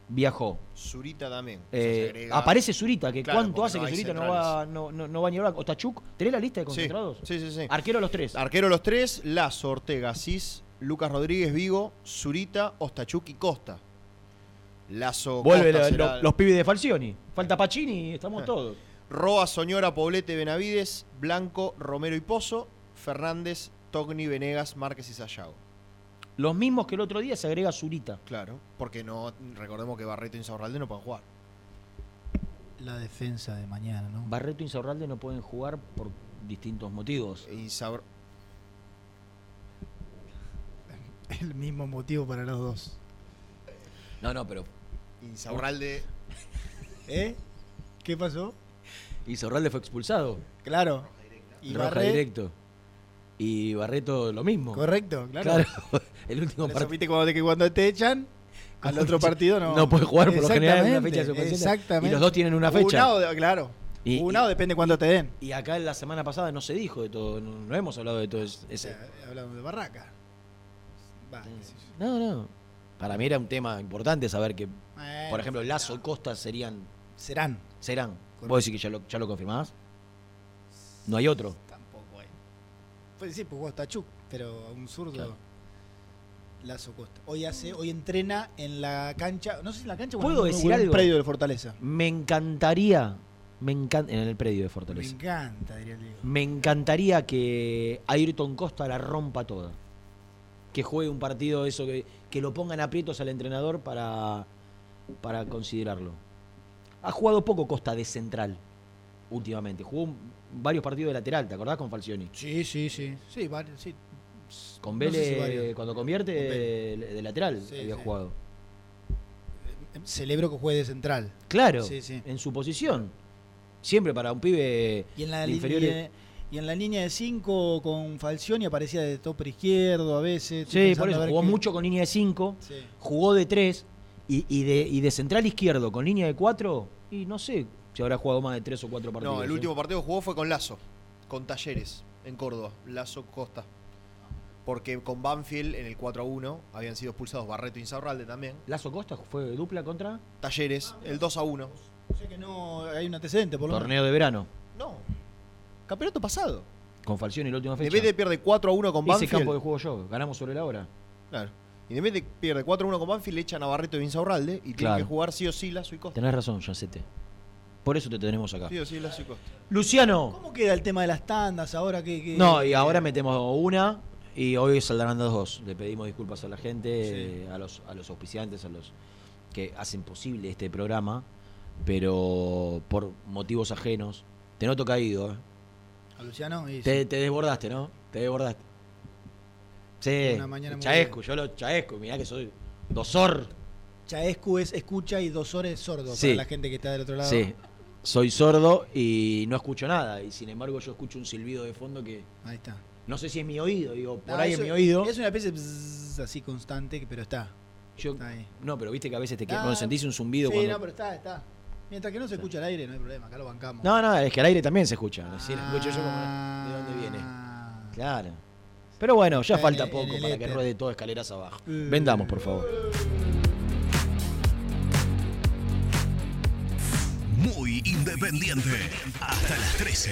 Speaker 4: viajó.
Speaker 2: Zurita también. O sea,
Speaker 4: Eh,
Speaker 2: se agrega-
Speaker 4: aparece Zurita, que
Speaker 2: Claro,
Speaker 4: cuánto
Speaker 2: porque
Speaker 4: hace
Speaker 2: no
Speaker 4: que
Speaker 2: hay
Speaker 4: Zurita no
Speaker 2: centrales.
Speaker 4: va, no, no- no va ni a hablar. O Tachuk, ¿tenés la lista de
Speaker 2: Sí,
Speaker 4: concentrados?
Speaker 2: Sí, sí, sí.
Speaker 4: Arquero los tres.
Speaker 2: Arquero los tres, Lazo, Ortega, Asís, Lucas Rodríguez, Vigo, Zurita, Ostachuk y Costa. Lazo,
Speaker 4: Vuelve
Speaker 2: Costa
Speaker 4: lo-
Speaker 2: será-
Speaker 4: lo- los pibes de Falcioni. Falta Pacini y estamos
Speaker 2: Eh.
Speaker 4: todos.
Speaker 2: Roa, Soñora, Poblete, Benavides, Blanco, Romero y Pozo, Fernández, Togni, Venegas, Márquez y Sayago.
Speaker 4: Los mismos que el otro día se agrega Zurita.
Speaker 2: Claro, porque no recordemos que Barreto y Insaurralde no pueden jugar.
Speaker 5: La defensa de mañana, ¿no?
Speaker 4: Barreto y Insaurralde no pueden jugar por distintos motivos.
Speaker 2: Insaur-
Speaker 5: El mismo motivo para los dos.
Speaker 4: No, no, pero
Speaker 2: Insaurralde
Speaker 5: ¿Eh? ¿Qué pasó?
Speaker 4: Insaurralde fue expulsado.
Speaker 5: Claro. Y
Speaker 4: roja
Speaker 5: Barret-
Speaker 4: directo. Y Barreto lo mismo.
Speaker 5: Correcto, claro.
Speaker 4: Claro. el último
Speaker 5: Por eso,
Speaker 4: partido.
Speaker 5: viste cuando te, que cuando te echan al otro partido no.
Speaker 4: No puede jugar por lo general en una
Speaker 5: Exactamente,
Speaker 4: fecha de suspensión.
Speaker 5: Exactamente.
Speaker 4: Y los dos tienen una fecha.
Speaker 5: Unado, de- claro.
Speaker 4: Y-
Speaker 5: Unado
Speaker 4: y-
Speaker 5: depende cuándo te den.
Speaker 4: Y acá la semana pasada no se dijo de todo, no, no hemos hablado de todo es-
Speaker 5: O
Speaker 4: ese.
Speaker 5: sea, Eh, hablamos de Barraca. Va, qué sé yo.
Speaker 4: No, no. Para mí era un tema importante saber que,
Speaker 5: Bueno,
Speaker 4: por ejemplo, Lazo y Costa serían.
Speaker 5: Eh, serán.
Speaker 4: serán. ¿Vos decís que ya lo, ya lo confirmás? No hay otro.
Speaker 5: Tampoco hay. Pues sí, pues jugó Tachuk, pero a un zurdo.
Speaker 4: Claro.
Speaker 5: Lazo Costa. Hoy hace, hoy entrena en la cancha, no sé si en la cancha o en
Speaker 4: ¿Puedo
Speaker 5: un-
Speaker 4: decir
Speaker 5: en un
Speaker 4: algo?
Speaker 5: predio de Fortaleza.
Speaker 4: Me encantaría. Me encan- en el predio de
Speaker 5: Me
Speaker 4: Fortaleza.
Speaker 5: encanta, diría el Diego.
Speaker 4: Me encantaría que Ayrton Costa la rompa toda. Que juegue un partido de eso, que, que lo pongan aprietos al entrenador para, para considerarlo. Ha jugado poco Costa de central últimamente. Jugó un- varios partidos de lateral, ¿te acordás con Falcioni?
Speaker 5: Sí, sí, sí. Sí, vale, sí.
Speaker 4: Con
Speaker 5: No
Speaker 4: Vélez,
Speaker 5: sé si varios.
Speaker 4: cuando convierte,
Speaker 5: Con
Speaker 4: de lateral
Speaker 5: Sí,
Speaker 4: había
Speaker 5: sí.
Speaker 4: jugado.
Speaker 5: Celebro que juegue de central.
Speaker 4: Claro,
Speaker 5: Sí, sí.
Speaker 4: en su posición. Siempre para un pibe
Speaker 5: Y en la,
Speaker 4: de
Speaker 5: li-
Speaker 4: inferiores.
Speaker 5: y en- y en la línea de 5 con Falcioni aparecía de tope izquierdo a veces. Estoy
Speaker 4: Sí,
Speaker 5: pensando
Speaker 4: por
Speaker 5: a
Speaker 4: eso
Speaker 5: ver
Speaker 4: jugó
Speaker 5: qué-
Speaker 4: mucho con línea de 5,
Speaker 5: Sí.
Speaker 4: jugó de 3 y, y de, y de central izquierdo con línea de 4 y no sé si habrá jugado más de 3 o 4 partidos.
Speaker 2: No, el
Speaker 4: ¿eh?
Speaker 2: último partido que jugó fue con Lazo, con Talleres, en Córdoba, Lazo Costa. Porque con Banfield en el 4 a 1 habían sido expulsados Barreto y Insaurralde también.
Speaker 4: Lazo Costa fue dupla contra
Speaker 2: Talleres, el 2 a 1.
Speaker 5: O sea que no hay un antecedente, por lo menos.
Speaker 4: torneo de verano
Speaker 2: No, campeonato pasado.
Speaker 4: con Falcioni la última
Speaker 2: De
Speaker 4: fecha.
Speaker 2: vez de pierde 4 a 1 con
Speaker 4: Ese
Speaker 2: Banfield.
Speaker 4: campo de juego yo, ganamos sobre la hora.
Speaker 2: Claro. Y de vez de pierde 4 a 1 con Banfield, le echan a Barreto y Insaurralde y tienen
Speaker 4: Claro.
Speaker 2: que jugar sí o sí Lazo y Costa.
Speaker 4: Tenés razón, Yacete. Por eso te tenemos acá.
Speaker 2: Sí o sí Lazo y Costa.
Speaker 4: Luciano.
Speaker 5: ¿Cómo queda el tema de las tandas ahora? que
Speaker 4: No, y ahora metemos una y hoy saldrán las dos. Le pedimos disculpas a la gente, eh, a, los, a los auspiciantes, a los que hacen posible este programa, pero por motivos ajenos. Te noto caído, ¿eh?
Speaker 5: ¿A Luciano? Y-
Speaker 4: Te, te desbordaste, ¿no? Te desbordaste. Sí,
Speaker 5: Una mañana muy
Speaker 4: chaesco, yo lo chaesco, mirá que soy dosor.
Speaker 5: Chaescu es escucha y dos horas es sordo
Speaker 4: Sí.
Speaker 5: para la gente que está del otro lado.
Speaker 4: Sí, soy sordo y no escucho nada, y sin embargo yo escucho un silbido de fondo que
Speaker 5: Ahí está.
Speaker 4: no sé si es mi oído, digo, por
Speaker 5: Ah,
Speaker 4: ahí
Speaker 5: eso-
Speaker 4: es mi oído.
Speaker 5: Es una especie de bzzz así constante, que- pero está.
Speaker 4: Yo-
Speaker 5: Está ahí.
Speaker 4: No, pero viste que a veces te
Speaker 5: Ah,
Speaker 4: queda, cuando sentís un zumbido.
Speaker 5: sí,
Speaker 4: cuando-
Speaker 5: no, pero está, está. Mientras que no se escucha el aire, no hay problema, acá lo bancamos.
Speaker 4: no... no, es que al aire también se escucha. Si lo escucho yo
Speaker 5: Ah.
Speaker 4: como, ¿De dónde viene? Claro. Pero bueno, ya
Speaker 5: Está en
Speaker 4: falta
Speaker 5: el- en
Speaker 4: poco
Speaker 5: el
Speaker 4: para que
Speaker 5: éter.
Speaker 4: ruede todo escaleras abajo.
Speaker 5: Eh.
Speaker 4: Vendamos, por favor.
Speaker 7: Muy independiente. Hasta las 13.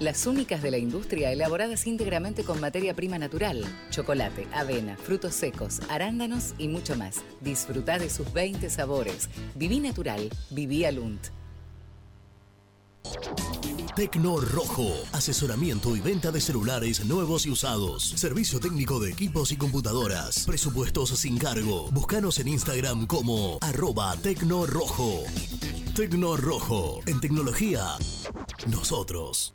Speaker 8: Las únicas de la industria elaboradas íntegramente con materia prima natural, chocolate, avena, frutos secos, arándanos y mucho más. Disfruta de sus 20 sabores. Viví natural, viví Alunt.
Speaker 7: Tecno Rojo. Asesoramiento y venta de celulares nuevos y usados. Servicio técnico de equipos y computadoras. Presupuestos sin cargo. Búscanos en Instagram como arroba Tecno Rojo. Tecno Rojo. En tecnología, nosotros.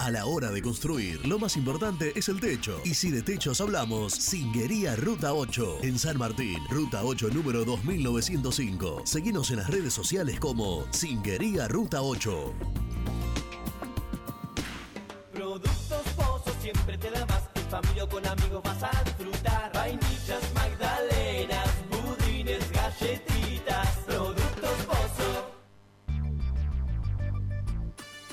Speaker 7: A la hora de construir, lo más importante es el techo. Y si de techos hablamos, Singuería Ruta 8, en San Martín, Ruta 8, número 2905. Seguimos en las redes sociales como Singuería Ruta 8.
Speaker 1: Productos pozos siempre te da más. En familia o con amigos vas a disfrutar. Vainillas, magdalenas, budines, galletitas. Productos pozos.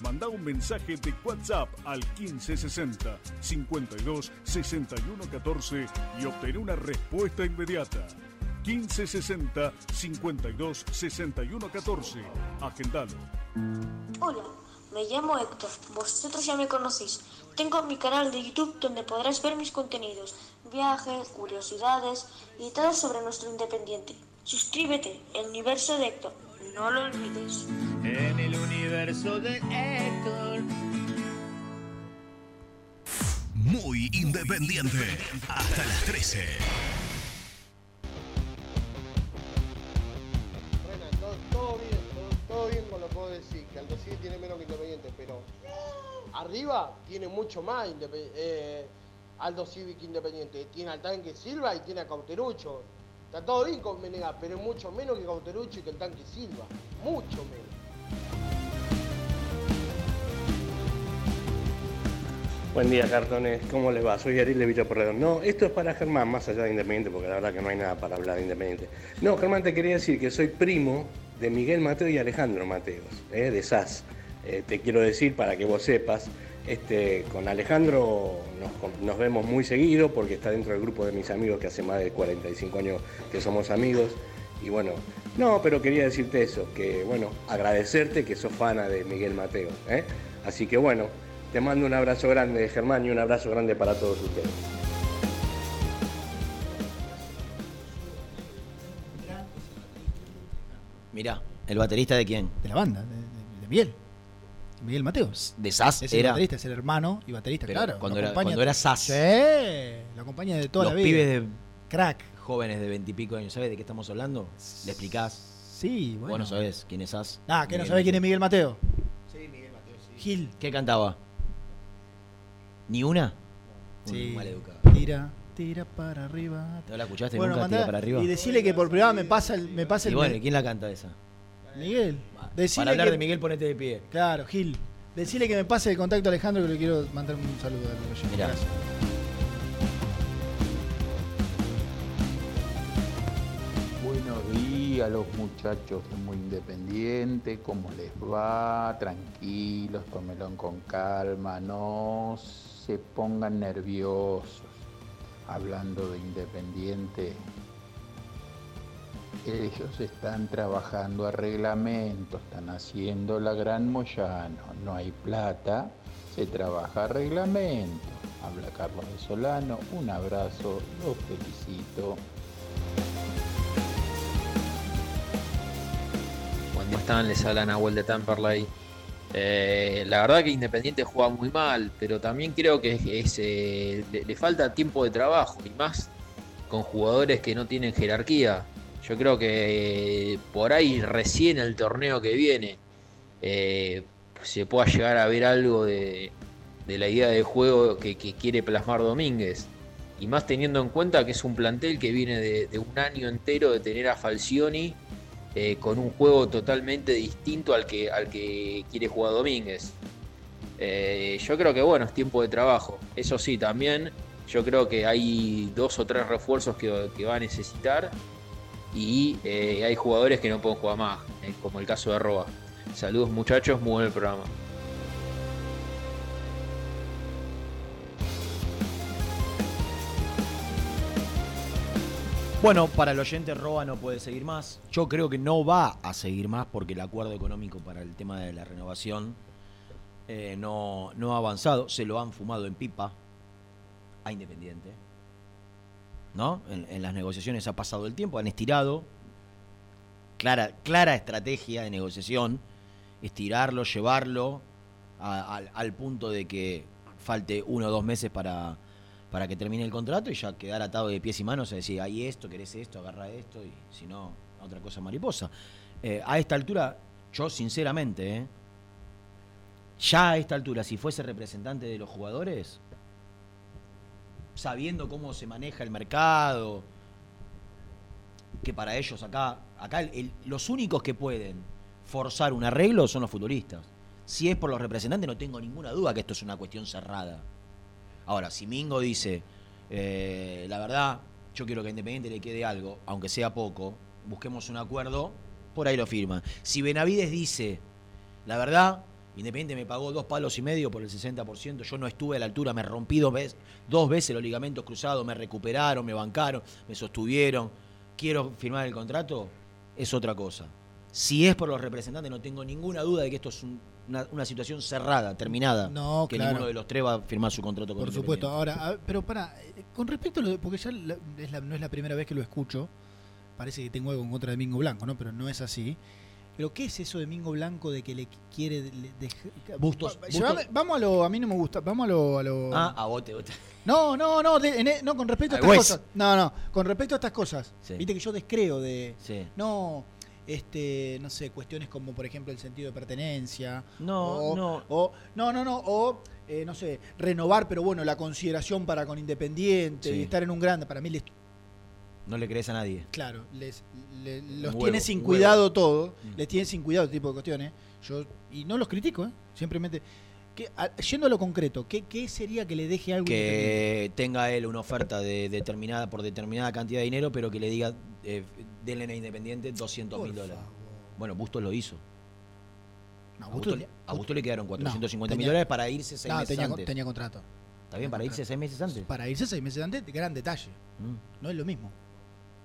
Speaker 9: Manda un mensaje de WhatsApp al 1560 52 61 14 y obtén una respuesta inmediata. 1560 52 61 14. Agendalo.
Speaker 10: Hola, me llamo Héctor. Vosotros ya me conocéis. Tengo mi canal de YouTube donde podrás ver mis contenidos, viajes, curiosidades y todo sobre nuestro independiente. Suscríbete, el universo de Héctor. No lo olvides.
Speaker 1: En el universo de Héctor.
Speaker 7: Muy independiente. Hasta las 13.
Speaker 11: Bueno, todo, todo bien, todo, todo bien con lo que puedo decir, que Aldosivi tiene menos que Independiente, pero arriba tiene mucho más Indepe- eh, Aldo Civic Independiente. Tiene al tanque Silva y tiene a Cauterucho. Está todo bien con Menega, pero es mucho menos que Cauterucho y que el tanque Silva. Mucho menos.
Speaker 12: Buen día, cartones. ¿Cómo les va? Soy Ariel de Villa Porredón. No, esto es para Germán, más allá de Independiente, porque la verdad que no hay nada para hablar de Independiente. No, Germán, te quería decir que soy primo de Miguel Mateo y Alejandro Mateos, eh, de SAS. Eh, te quiero decir, para que vos sepas, este, con Alejandro nos, nos vemos muy seguido porque está dentro del grupo de mis amigos que hace más de 45 años que somos amigos. Y bueno, no, pero quería decirte eso, que bueno, agradecerte que sos fana de Miguel Mateo. ¿eh? Así que bueno, te mando un abrazo grande, Germán, y un abrazo grande para todos ustedes.
Speaker 4: Mirá, ¿el baterista de quién?
Speaker 5: De la banda, de, de- de Miguel. Miguel Mateo.
Speaker 4: De SAS
Speaker 5: Es el
Speaker 4: era.
Speaker 5: baterista, es el hermano y baterista,
Speaker 4: Pero
Speaker 5: claro.
Speaker 4: cuando
Speaker 5: lo
Speaker 4: era-
Speaker 5: acompaña-
Speaker 4: cuando era SAS.
Speaker 5: Sí, lo acompaña de toda
Speaker 4: Los
Speaker 5: la vida.
Speaker 4: pibes de
Speaker 5: Crack.
Speaker 4: jóvenes de veintipico años, ¿sabes de qué estamos hablando? ¿Le explicás?
Speaker 5: Sí, bueno.
Speaker 4: Vos no sabés quién es As.
Speaker 5: Ah, que no
Speaker 4: Miguel
Speaker 5: sabe quién es Miguel Mateo.
Speaker 4: Gil. ¿Qué cantaba? ¿Ni una? Sí. Mal educado.
Speaker 5: Tira, tira para arriba.
Speaker 4: ¿No la escuchaste
Speaker 5: Bueno,
Speaker 4: nunca?
Speaker 5: mandá
Speaker 4: Tira para arriba.
Speaker 5: Y decirle que por privado me pasa el. Me pasa
Speaker 4: Y
Speaker 5: el
Speaker 4: bueno, ¿y ¿quién la canta esa?
Speaker 5: Miguel.
Speaker 4: para
Speaker 5: Decile
Speaker 4: hablar
Speaker 5: que-
Speaker 4: de Miguel, ponete de pie.
Speaker 5: Claro, Gil. Decirle que me pase el contacto a Alejandro que le quiero mandar un saludo al oyente.
Speaker 4: Mirá.
Speaker 5: Gracias.
Speaker 13: Buenos días, los muchachos muy independientes, ¿cómo les va? Tranquilos, tómenlo con calma, no se pongan nerviosos. Hablando de independiente, ellos están trabajando a reglamento, están haciendo la gran Moyano, no hay plata, se trabaja a reglamento. Habla Carlos de Solano, un abrazo, los felicito.
Speaker 14: ¿Cómo están? Les habla Nahuel de Tamperley. Eh, la verdad que Independiente juega muy mal, pero también creo que es- es, eh, le, le falta tiempo de trabajo y más con jugadores que no tienen jerarquía. Yo creo que eh, por ahí recién el torneo que viene eh, se pueda llegar a ver algo de, de la idea de juego que, que quiere plasmar Domínguez. Y más teniendo en cuenta que es un plantel que viene de, de un año entero de tener a Falcioni eh, con un juego totalmente distinto al que, al que quiere jugar Domínguez. Eh, yo creo que bueno, es tiempo de trabajo. Eso sí, también yo creo que hay dos o tres refuerzos que, que va a necesitar y eh, hay jugadores que no pueden jugar más, eh, como el caso de Roa. Saludos muchachos, muy buen programa.
Speaker 4: Bueno, para el oyente Roa no puede seguir más. Yo creo que no va a seguir más porque el acuerdo económico para el tema de la renovación eh, no, no ha avanzado. Se lo han fumado en pipa a Independiente. ¿No? En, en las negociaciones ha pasado el tiempo, han estirado. Clara, clara estrategia de negociación. Estirarlo, llevarlo a- al, al punto de que falte uno o dos meses para, para que termine el contrato y ya quedar atado de pies y manos a decir, hay esto, querés esto, agarra esto, y si no, otra cosa mariposa. Eh, a esta altura, yo sinceramente, eh, ya a esta altura, si fuese representante de los jugadores, sabiendo cómo se maneja el mercado, que para ellos acá, acá el- el- los únicos que pueden forzar un arreglo son los futbolistas. Si es por los representantes, no tengo ninguna duda que esto es una cuestión cerrada. Ahora, si Mingo dice, eh, la verdad, yo quiero que a Independiente le quede algo, aunque sea poco, busquemos un acuerdo, por ahí lo firman. Si Benavides dice, la verdad, Independiente me pagó dos palos y medio por el 60%, yo no estuve a la altura, me rompí dos veces, dos veces los ligamentos cruzados, me recuperaron, me bancaron, me sostuvieron, quiero firmar el contrato, es otra cosa. Si es por los representantes, no tengo ninguna duda de que esto es un- una, una situación cerrada, terminada.
Speaker 5: No,
Speaker 4: que
Speaker 5: claro.
Speaker 4: ninguno de los tres va a firmar su contrato con
Speaker 5: Por
Speaker 4: Independiente.
Speaker 5: supuesto, ahora, a- pero para, con respecto a lo de, porque ya la- es la- no es la primera vez que lo escucho, parece que tengo algo en contra de Mingo Blanco, ¿no? Pero no es así. Pero ¿qué es eso de Mingo Blanco de que le qui- quiere le- dej-
Speaker 4: Bustos,
Speaker 5: Va- llevame-
Speaker 4: Bustos.
Speaker 5: Vamos a lo, a mí no me gusta, vamos a lo, a lo-
Speaker 4: Ah, a bote, bote.
Speaker 5: no, no, no, de- en- e, no, con respecto a
Speaker 4: Al
Speaker 5: estas
Speaker 4: juez.
Speaker 5: cosas, no, no, con respecto a estas cosas,
Speaker 4: Sí.
Speaker 5: viste que yo descreo de,
Speaker 4: Sí.
Speaker 5: no, este, no sé, cuestiones como por ejemplo el sentido de pertenencia.
Speaker 4: No,
Speaker 5: o,
Speaker 4: no.
Speaker 5: o- no, no, no. O, eh, no sé, renovar, pero bueno, la consideración para con Independiente
Speaker 4: Sí.
Speaker 5: y estar en un grande. Para mí, les,
Speaker 4: No le crees a nadie.
Speaker 5: claro, les, le- los
Speaker 4: huevo,
Speaker 5: tiene sin
Speaker 4: un
Speaker 5: cuidado
Speaker 4: huevo. Mm.
Speaker 5: todo. Les tiene sin cuidado este tipo de cuestiones. Yo, y no los critico, ¿eh? Simplemente. que, a- yendo a lo concreto, ¿qué, qué sería que le deje algo Independiente?
Speaker 4: que tenga él una oferta de determinada por determinada cantidad de dinero, pero que le diga eh, denle a Independiente 200 mil
Speaker 5: Por
Speaker 4: dólares. Bueno, Bustos lo hizo.
Speaker 5: No,
Speaker 4: A
Speaker 5: Bustos
Speaker 4: Bustos,
Speaker 5: tenía-
Speaker 4: le- a Bustos le quedaron 450 mil
Speaker 5: tenía-
Speaker 4: dólares para irse seis
Speaker 5: no,
Speaker 4: meses
Speaker 5: tenía,
Speaker 4: antes.
Speaker 5: tenía contrato.
Speaker 4: Está bien, para irse seis meses antes.
Speaker 5: Para irse seis meses antes, gran detalle.
Speaker 4: Mm.
Speaker 5: No es lo mismo.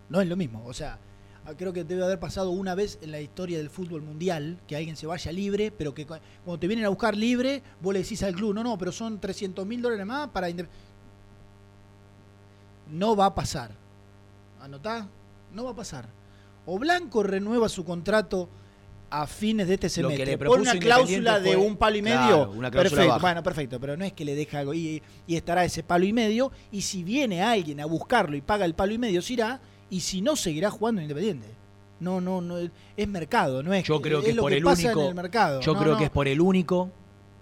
Speaker 5: No es lo mismo. O sea, ah, creo que debe haber pasado una vez en la historia del fútbol mundial que alguien se vaya libre, pero que cu- cuando te vienen a buscar libre, vos le decís al club, no, no, pero son 300 mil dólares más para... Indep-". No va a pasar. ¿Anotá? No va a pasar. O Blanco renueva su contrato a fines de este
Speaker 4: Lo que
Speaker 5: semestre.
Speaker 4: le
Speaker 5: Pone
Speaker 4: propuso
Speaker 5: una cláusula
Speaker 4: Independiente
Speaker 5: de
Speaker 4: fue-
Speaker 5: un palo y medio.
Speaker 4: Claro, una cláusula
Speaker 5: perfecto.
Speaker 4: baja.
Speaker 5: Bueno, perfecto, pero no es que le deja algo. Y, y estará ese palo y medio. Y si viene alguien a buscarlo y paga el palo y medio, se irá. Y si no, seguirá jugando en Independiente. No, no, no. Es mercado, no es.
Speaker 4: Yo creo
Speaker 5: es
Speaker 4: que es
Speaker 5: lo
Speaker 4: por
Speaker 5: que
Speaker 4: el
Speaker 5: pasa
Speaker 4: único.
Speaker 5: en el mercado.
Speaker 4: Yo
Speaker 5: No,
Speaker 4: creo
Speaker 5: no.
Speaker 4: que es por el único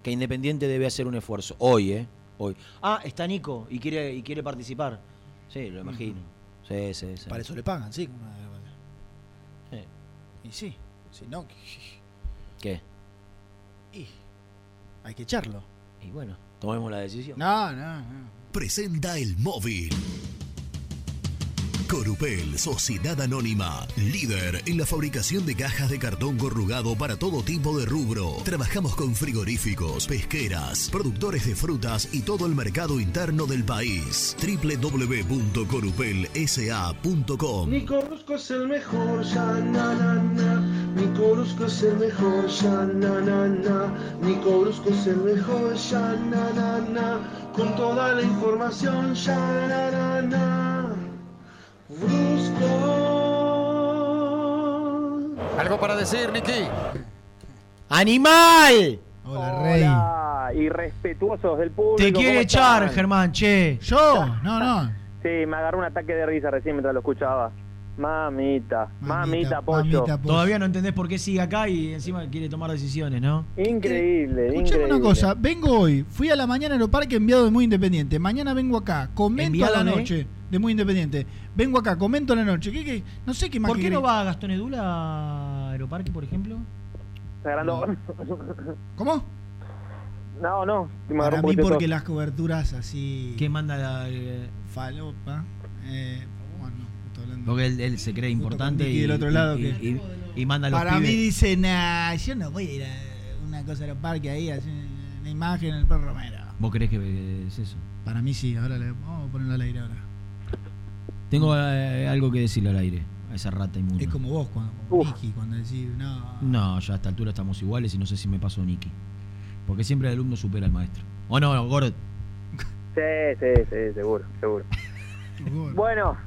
Speaker 4: que Independiente debe hacer un esfuerzo. Hoy, ¿eh? Hoy. Ah, está Nico y quiere, y quiere participar. Sí, lo imagino. Sí, sí, sí.
Speaker 5: Para eso le pagan, sí. como-
Speaker 4: Sí.
Speaker 5: Y sí. Si no,
Speaker 4: ¿Qué?
Speaker 5: y- hay que echarlo.
Speaker 4: Y bueno, tomemos la decisión.
Speaker 5: No, no, no.
Speaker 7: Presenta el móvil. Corupel, Sociedad Anónima, líder en la fabricación de cajas de cartón corrugado para todo tipo de rubro. Trabajamos con frigoríficos, pesqueras, productores de frutas y todo el mercado interno del país. www.corupelsa.com
Speaker 15: Ni conozco es el mejor, ya na na na. Ni conozco es el mejor, ya na na na. Ni conozco es el mejor, ya na na na. Con toda la información, ya na na na. Brusco.
Speaker 16: Algo para decir, Nicky.
Speaker 4: ¡Animal!
Speaker 17: Hola, Ah, irrespetuosos del público.
Speaker 4: Te quiere
Speaker 17: ¿cómo
Speaker 4: echar,
Speaker 17: están?
Speaker 4: Germán, che.
Speaker 5: Yo, no, no.
Speaker 17: Sí, me agarró un ataque de risa recién mientras lo escuchaba. Mamita, mamita, pollo.
Speaker 4: Todavía no entendés por qué sigue acá y encima quiere tomar decisiones, ¿no?
Speaker 5: Eh,
Speaker 17: Increíble,
Speaker 5: Escuchame
Speaker 17: increíble.
Speaker 5: una cosa, vengo hoy, fui a la mañana al parque enviado de Muy Independiente, mañana vengo acá, comento
Speaker 4: ¿Enviado
Speaker 5: a la
Speaker 4: de?
Speaker 5: noche de Muy Independiente, vengo acá, comento a la noche, ¿qué, qué? no sé qué más
Speaker 4: ¿Por
Speaker 5: que
Speaker 4: qué no
Speaker 5: grito.
Speaker 4: va Gastón Edula a Aeroparque, por ejemplo?
Speaker 17: Está agarrando-
Speaker 5: ¿Cómo?
Speaker 17: No, no. me agarró
Speaker 5: Para mí
Speaker 17: un poquito de
Speaker 5: porque
Speaker 17: tos.
Speaker 5: las coberturas así...
Speaker 4: ¿Qué manda la...? eh?
Speaker 5: Falopa. Eh, bueno, no, estoy hablando.
Speaker 4: Porque él, él se cree importante
Speaker 5: Nicky
Speaker 4: y,
Speaker 5: del otro lado
Speaker 4: y,
Speaker 5: que-
Speaker 4: y- y manda a los
Speaker 5: Para mí
Speaker 4: pibes.
Speaker 5: dicen, "Nah, yo no voy a ir a una cosa al parque ahí, así, una imagen, el perro Romero.
Speaker 4: ¿Vos crees que es eso?
Speaker 5: Para mí sí, ahora le vamos a ponerlo al aire ahora.
Speaker 4: Tengo eh, algo que decirle al aire a esa rata inmunda.
Speaker 5: Es como vos cuando, como Nicky, cuando decís, no,
Speaker 4: No, ya a esta altura estamos iguales y no sé si me pasó Nicky. Porque siempre el alumno supera al maestro. ¿O no, no, Gordo?
Speaker 17: Sí, sí, sí, seguro, seguro. bueno,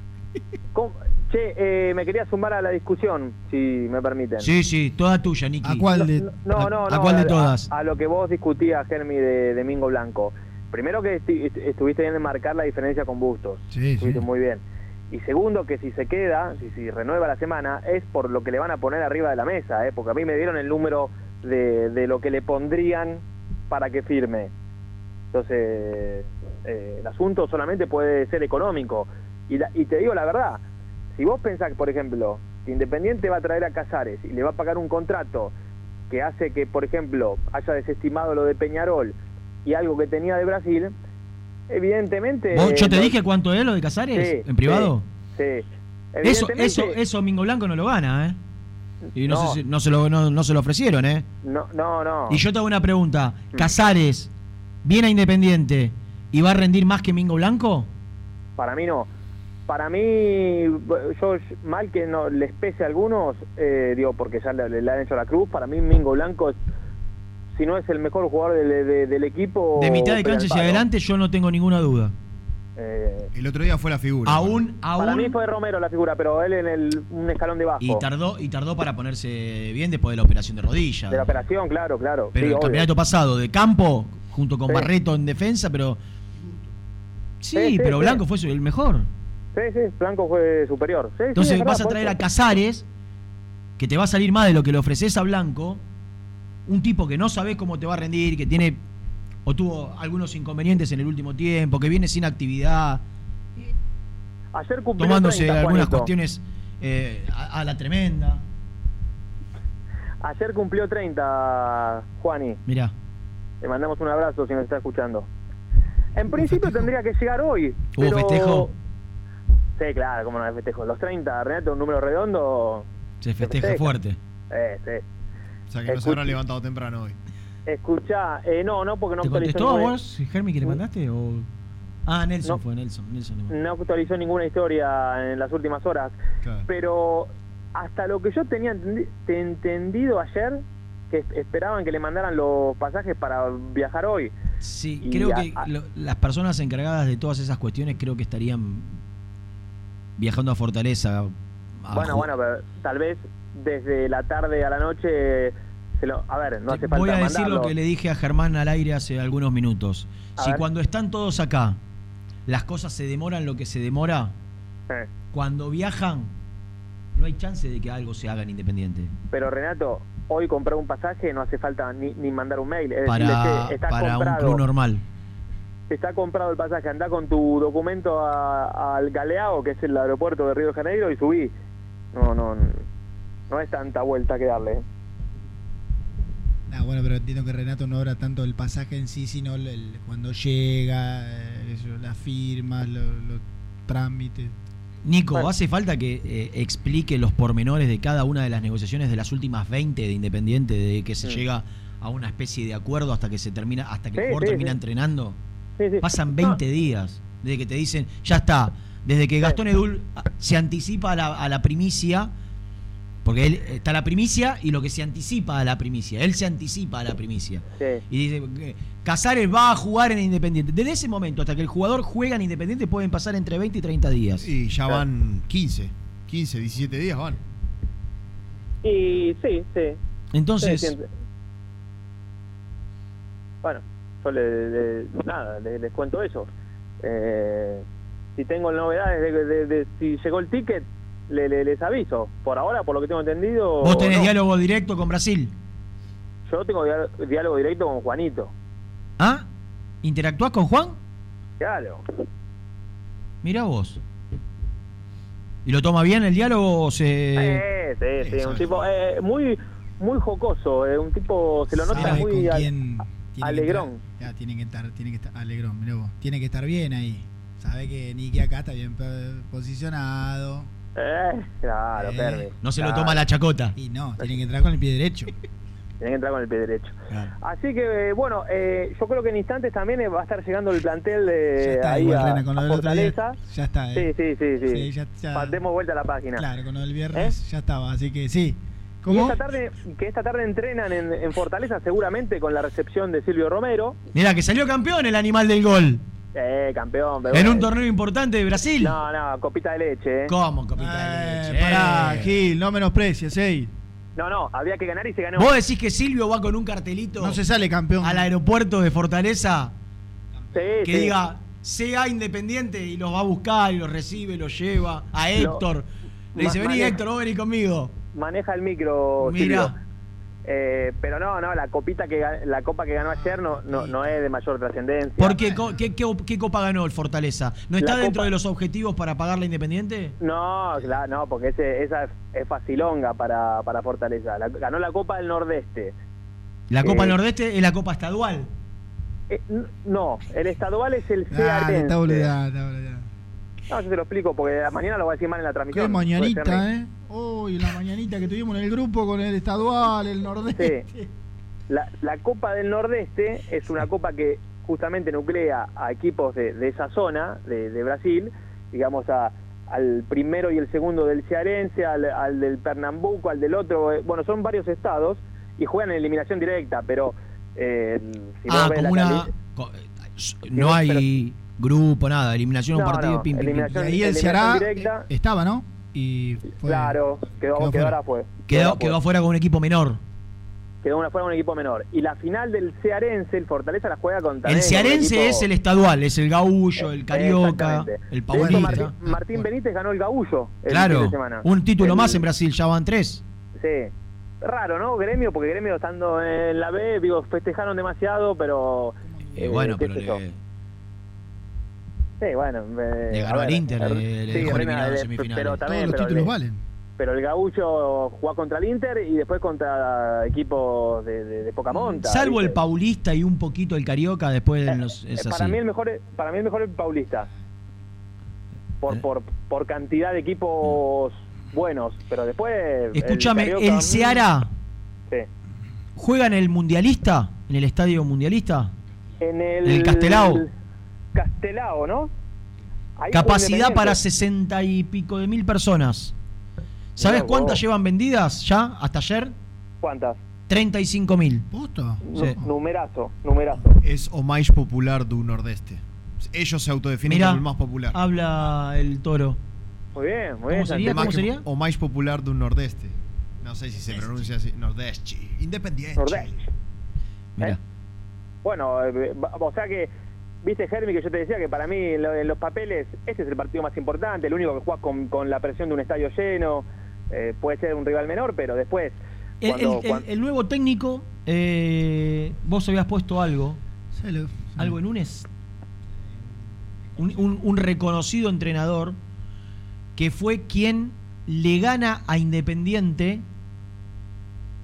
Speaker 17: ¿cómo- che, eh, me quería sumar a la discusión, si me permiten.
Speaker 4: Sí, sí, toda tuya, Nicky. Eh, ¿A
Speaker 5: cuál de,
Speaker 17: No, no, no.
Speaker 4: ¿A cuál de todas?
Speaker 17: A, lo que vos discutías, Germi, de, de Mingo Blanco. Primero que esti- est- estuviste bien en marcar la diferencia con Bustos.
Speaker 5: Sí,
Speaker 17: Estuviste muy bien. Y segundo, que si se queda, si, si renueva la semana, es por lo que le van a poner arriba de la mesa, ¿eh? porque a mí me dieron el número de, de lo que le pondrían para que firme. Entonces, eh, el asunto solamente puede ser económico. Y, la- y te digo la verdad, si vos pensás, por ejemplo, que Independiente va a traer a Casares y le va a pagar un contrato que hace que, por ejemplo, haya desestimado lo de Peñarol y algo que tenía de Brasil, evidentemente...
Speaker 4: ¿Vos- ¿Yo te
Speaker 17: eh,
Speaker 4: dije cuánto es lo de Casares?
Speaker 17: Sí,
Speaker 4: ¿En privado?
Speaker 17: Sí.
Speaker 4: Eso,
Speaker 17: Evidentemente,
Speaker 4: eso, eso Mingo Blanco no lo gana, ¿eh? Y no,
Speaker 17: No.
Speaker 4: sé si- no se lo, no- no se lo ofrecieron, ¿eh?
Speaker 17: No, no, no.
Speaker 4: Y yo te hago una pregunta.
Speaker 17: Mm.
Speaker 4: ¿Casares viene a Independiente y va a rendir más que Mingo Blanco?
Speaker 17: Para mí no. Para mí, yo mal que no les pese a algunos, eh, digo, porque ya le, le han hecho la cruz, para mí Mingo Blanco, es, si no es el mejor jugador del, de- del equipo...
Speaker 4: De mitad de
Speaker 17: pega
Speaker 4: cancha
Speaker 17: Oh, el
Speaker 4: hacia
Speaker 17: palo.
Speaker 4: adelante yo no tengo ninguna duda.
Speaker 17: Eh,
Speaker 2: El otro día fue la figura.
Speaker 4: Aún,
Speaker 17: Para
Speaker 4: aún
Speaker 17: mí fue Romero la figura, pero él en el, un escalón debajo.
Speaker 4: y tardó y tardó para ponerse bien después de la operación de rodilla.
Speaker 17: De la operación, claro, claro.
Speaker 4: Pero
Speaker 17: Sí,
Speaker 4: el
Speaker 17: obvio.
Speaker 4: campeonato pasado de campo junto con
Speaker 17: Sí.
Speaker 4: Barreto en defensa, pero sí,
Speaker 17: Sí, sí,
Speaker 4: pero
Speaker 17: sí.
Speaker 4: Blanco fue el mejor.
Speaker 17: Sí, sí, Blanco fue superior. Sí, sí,
Speaker 4: Entonces
Speaker 17: es verdad,
Speaker 4: vas a
Speaker 17: por
Speaker 4: traer
Speaker 17: eso.
Speaker 4: a Casares, que te va a salir más de lo que le ofreces a Blanco, un tipo que no sabes cómo te va a rendir, que tiene o tuvo algunos inconvenientes en el último tiempo, que viene sin actividad,
Speaker 17: Ayer cumplió
Speaker 4: tomándose
Speaker 17: 30,
Speaker 4: algunas
Speaker 17: Juanito.
Speaker 4: cuestiones eh, a, a la tremenda.
Speaker 17: Ayer cumplió 30, Juani.
Speaker 4: Mirá.
Speaker 17: Le mandamos un abrazo si nos está escuchando. En principio tendría que llegar hoy.
Speaker 4: ¿Hubo
Speaker 17: pero-
Speaker 4: festejo?
Speaker 17: Sí, claro, como no hay festejo. Los 30, Renato, un número redondo.
Speaker 4: Se
Speaker 17: festeja
Speaker 4: festeja fuerte.
Speaker 17: Eh, sí.
Speaker 2: O sea que no se habrá levantado temprano hoy.
Speaker 17: Escuchá, eh, no, no, porque no
Speaker 4: ¿Te
Speaker 17: actualizó
Speaker 4: contestó a
Speaker 17: ninguna-
Speaker 4: vos, Germi, que le mandaste? O... Ah, Nelson fue, Nelson. Nelson le mandó.
Speaker 17: no actualizó ninguna historia en las últimas horas. Pero hasta lo que yo tenía entendi- te- entendido ayer, que es- esperaban que le mandaran los pasajes para viajar hoy.
Speaker 4: Sí,
Speaker 17: Y
Speaker 4: creo
Speaker 17: a-
Speaker 4: que
Speaker 17: a-
Speaker 4: lo- las personas encargadas de todas esas cuestiones creo que estarían viajando a Fortaleza. a
Speaker 17: bueno,
Speaker 4: ju-
Speaker 17: bueno, pero tal vez desde la tarde a la noche... Se lo, a ver, no hace falta
Speaker 4: Voy a decir
Speaker 17: mandarlo.
Speaker 4: lo que le dije a Germán al aire hace algunos minutos.
Speaker 17: A
Speaker 4: si
Speaker 17: ver.
Speaker 4: cuando están todos acá, las cosas se demoran lo que se demora,
Speaker 17: Eh,
Speaker 4: cuando viajan, no hay chance de que algo se haga en Independiente.
Speaker 17: Pero Renato, hoy comprar un pasaje no hace falta ni, ni mandar un mail. Es decirle,
Speaker 4: Para,
Speaker 17: "Che, está
Speaker 4: para un
Speaker 17: comprado.
Speaker 4: club normal.
Speaker 17: Está comprado el pasaje, anda con tu documento a- al Galeao, que es el aeropuerto de Río de Janeiro, y subí. No, no, no es tanta vuelta que darle.
Speaker 5: Ah, bueno, pero entiendo que Renato no obra tanto el pasaje en sí, sino el, el- cuando llega, eh, eso, las firmas, lo- los trámites.
Speaker 4: Nico, ¿hace falta que eh, explique los pormenores de cada una de las negociaciones de las últimas 20 de Independiente, de que se
Speaker 17: Mm.
Speaker 4: llega a una especie de acuerdo hasta que se termina, hasta que
Speaker 17: Sí,
Speaker 4: el jugador
Speaker 17: sí,
Speaker 4: termina
Speaker 17: sí.
Speaker 4: entrenando?
Speaker 17: Sí, sí.
Speaker 4: Pasan 20 días desde que te dicen, ya está, desde que Gastón Edul ah, se anticipa a la, a la primicia, porque él eh, está la primicia y lo que se anticipa a la primicia, él se anticipa a la primicia. Y dice, eh, Casares va a jugar en Independiente. Desde ese momento hasta que el jugador juega en Independiente pueden pasar entre 20 y 30 días.
Speaker 2: Y ya van 15, 15, 17 días van.
Speaker 17: Y sí, sí.
Speaker 4: Entonces-
Speaker 17: Sí, siempre. bueno, yo le, le- nada, le- les cuento eso. Eh, si tengo novedades de, de- de- si llegó el ticket, le- le- les aviso. Por ahora, por lo que tengo entendido.
Speaker 4: Vos tenés
Speaker 17: Oh, no.
Speaker 4: diálogo directo con Brasil.
Speaker 17: Yo tengo diálogo, diálogo directo con Juanito.
Speaker 4: ¿Ah? ¿Interactuás con Juan?
Speaker 17: Claro.
Speaker 4: Mirá vos. ¿Y lo toma bien el diálogo o se...
Speaker 17: Eh, sí, sí, un tipo eh, muy muy jocoso, eh, un tipo se lo nota
Speaker 5: Sabe
Speaker 17: muy
Speaker 5: con
Speaker 17: al-
Speaker 5: quién tiene que
Speaker 17: alegrón.
Speaker 5: estar. Ya, tiene que estar, tiene que estar alegrón, mirá vos. Tiene que estar bien ahí. Sabe que Nicky acá está bien eh, posicionado.
Speaker 17: Eh, claro,
Speaker 5: Eh,
Speaker 17: Perry.
Speaker 4: No se lo
Speaker 17: Claro.
Speaker 4: toma la chacota.
Speaker 5: Y no, tiene que entrar con el pie derecho.
Speaker 17: Tiene que entrar con el pie derecho. Así que, eh, bueno, eh, yo creo que en instantes también eh, va a estar llegando el plantel de
Speaker 5: Ya está,
Speaker 17: ahí
Speaker 5: igual,
Speaker 17: a,
Speaker 5: Rena, con lo
Speaker 17: a
Speaker 5: del otro día,
Speaker 17: Fortaleza.
Speaker 5: ya está,
Speaker 17: Sí,
Speaker 5: eh.
Speaker 17: sí, sí. sí.
Speaker 5: Sí, ya- ya-
Speaker 17: Demos vuelta a la página. ¿Eh?
Speaker 5: Claro, con lo del viernes ya estaba, así que sí. ¿Cómo?
Speaker 17: Y esta tarde, que esta tarde entrenan en, en Fortaleza seguramente con la recepción de Silvio Romero.
Speaker 4: Mirá, que salió campeón el animal del gol.
Speaker 17: Eh, campeón. pero
Speaker 4: En
Speaker 17: bueno.
Speaker 4: un torneo importante de Brasil.
Speaker 17: No, no, copita de leche. eh.
Speaker 4: ¿Cómo, copita de leche?
Speaker 5: Pará,
Speaker 4: Eh.
Speaker 5: Gil, no menosprecies, ey.
Speaker 17: No, no, había que ganar y se ganó.
Speaker 4: ¿Vos decís que Silvio va con un cartelito
Speaker 5: No se sale campeón.
Speaker 4: al aeropuerto de Fortaleza
Speaker 17: Sí,
Speaker 4: que
Speaker 17: sí.
Speaker 4: diga, sea independiente y los va a buscar y los recibe, los lleva a Héctor? Le dice,
Speaker 17: Ma-
Speaker 4: vení
Speaker 17: maneja-
Speaker 4: Héctor, vos venís conmigo.
Speaker 17: Maneja el micro,
Speaker 4: Mirá.
Speaker 17: Silvio. Eh, pero no, no, la copita que ga- la copa que ganó ayer no, no, no es de mayor trascendencia.
Speaker 4: ¿Por qué? Co- qué, qué- qué copa ganó el Fortaleza? ¿No está
Speaker 17: La
Speaker 4: dentro
Speaker 17: copa-
Speaker 4: de los objetivos para pagar la Independiente?
Speaker 17: No, claro, no, porque ese- esa es, es facilonga para, para Fortaleza. La- ganó la Copa del Nordeste.
Speaker 4: La Copa
Speaker 17: Eh.
Speaker 4: del Nordeste es la Copa Estadual.
Speaker 17: Eh, n- no, el estadual es el
Speaker 5: Dale, está
Speaker 17: Cearense.
Speaker 5: boludeada, está boludeada.
Speaker 17: No, yo se lo explico porque mañana lo voy a decir mal en la transmisión.
Speaker 5: Qué
Speaker 17: Puede ser,
Speaker 5: mañanita,
Speaker 17: Rick.
Speaker 5: ¿eh? Uy, la mañanita que tuvimos en el grupo con el estadual, el nordeste.
Speaker 17: La, la Copa del Nordeste es una copa que justamente nuclea a equipos de, de esa zona, de, de Brasil, digamos a, al primero y el segundo del Cearense, al, al del Pernambuco, al del otro. eh, Bueno, son varios estados y juegan en eliminación directa, pero. eh, si vos
Speaker 4: Ah,
Speaker 17: ves
Speaker 4: como
Speaker 17: la
Speaker 4: una.
Speaker 17: cali-
Speaker 4: co- no hay grupo, nada. Eliminación,
Speaker 17: No,
Speaker 4: un partido,
Speaker 17: no,
Speaker 4: pim, pim, pim.
Speaker 17: eliminación-
Speaker 5: Y ahí el
Speaker 17: eliminación
Speaker 5: Ceará
Speaker 17: directa.
Speaker 5: eh, estaba, ¿no? Y fue-
Speaker 17: Claro, quedó,
Speaker 5: quedó
Speaker 17: quedó
Speaker 5: fuera.
Speaker 17: ahora fue.
Speaker 4: Quedó, quedó afuera con un equipo menor.
Speaker 17: Quedó una fuera un equipo menor. Y la final del Cearense, el Fortaleza la juega contra.
Speaker 4: El
Speaker 17: Nene, un
Speaker 4: cearense
Speaker 17: equipo-
Speaker 4: es el estadual, es el gaullo, el carioca,
Speaker 17: Exactamente.
Speaker 4: el
Speaker 17: De hecho,
Speaker 4: paulista.
Speaker 17: Martín, Martín Benítez ganó el gaullo el fin
Speaker 4: Claro,
Speaker 17: de semana.
Speaker 4: un título
Speaker 17: El-
Speaker 4: más en Brasil, ya van tres.
Speaker 17: Sí. Raro, ¿no? Gremio, porque Gremio estando en la B, digo, festejaron demasiado, pero.
Speaker 4: Eh,
Speaker 17: eh,
Speaker 4: bueno,
Speaker 17: qué
Speaker 4: pero
Speaker 17: sé
Speaker 4: le-
Speaker 17: yo. Sí, bueno. eh,
Speaker 4: Le
Speaker 17: a
Speaker 4: ganó
Speaker 17: ver,
Speaker 4: al Inter,
Speaker 17: el-
Speaker 4: le- le
Speaker 17: sí,
Speaker 4: dejó
Speaker 17: Reina,
Speaker 4: eliminado en
Speaker 17: le-
Speaker 4: semifinales.
Speaker 17: Pero
Speaker 4: Todos
Speaker 17: también,
Speaker 5: los
Speaker 17: pero
Speaker 5: títulos
Speaker 17: le-
Speaker 5: valen.
Speaker 17: Pero el Gaucho jugó contra el Inter y después contra equipos de, de- de poca monta.
Speaker 4: Salvo
Speaker 17: ¿viste?
Speaker 4: el paulista y un poquito el carioca, después en los- es
Speaker 17: Eh, Para
Speaker 4: así.
Speaker 17: mí el mejor es- para mí el mejor es el Paulista.
Speaker 4: Eh.
Speaker 17: Por, por, por cantidad de equipos buenos, pero después el
Speaker 4: Escúchame,
Speaker 17: Carioca, mm,
Speaker 4: ¿el Ceará
Speaker 17: sí.
Speaker 4: juega en el Mundialista? ¿En el Estadio Mundialista?
Speaker 17: en el,
Speaker 4: ¿En el Castelao?
Speaker 17: Castelao, ¿no? Ahí
Speaker 4: Capacidad
Speaker 17: jugó
Speaker 4: para
Speaker 17: Independiente.
Speaker 4: sesenta y pico de mil personas. ¿Sabes
Speaker 17: Mirá
Speaker 4: cuántas
Speaker 17: vos.
Speaker 4: llevan vendidas ya hasta ayer?
Speaker 17: ¿Cuántas?
Speaker 4: 35 mil.
Speaker 17: Nu-
Speaker 4: Sí.
Speaker 17: Numerazo, numerazo.
Speaker 2: Es o más popular do Nordeste. Ellos se autodefinen
Speaker 4: Mirá,
Speaker 2: como el más popular.
Speaker 4: Habla el toro.
Speaker 17: Muy bien, muy
Speaker 4: ¿Cómo
Speaker 17: bien.
Speaker 4: sería?
Speaker 17: Santi.
Speaker 4: ¿Cómo sería?
Speaker 2: O más popular do Nordeste. No sé si se pronuncia así. Nordeste. Independiente.
Speaker 17: Nordeste. ¿Eh? Bueno, eh, va- o sea que, viste Germi que yo te decía que para mí lo- en los papeles este es el partido más importante, el único que juega con, con la presión de un estadio lleno, eh, puede ser un rival menor, pero después...
Speaker 4: El,
Speaker 17: cuando-
Speaker 4: el- el-
Speaker 17: cuan-
Speaker 4: el nuevo técnico, eh, vos habías puesto algo. Algo en Unes. Un, un- un reconocido entrenador que fue quien le gana a Independiente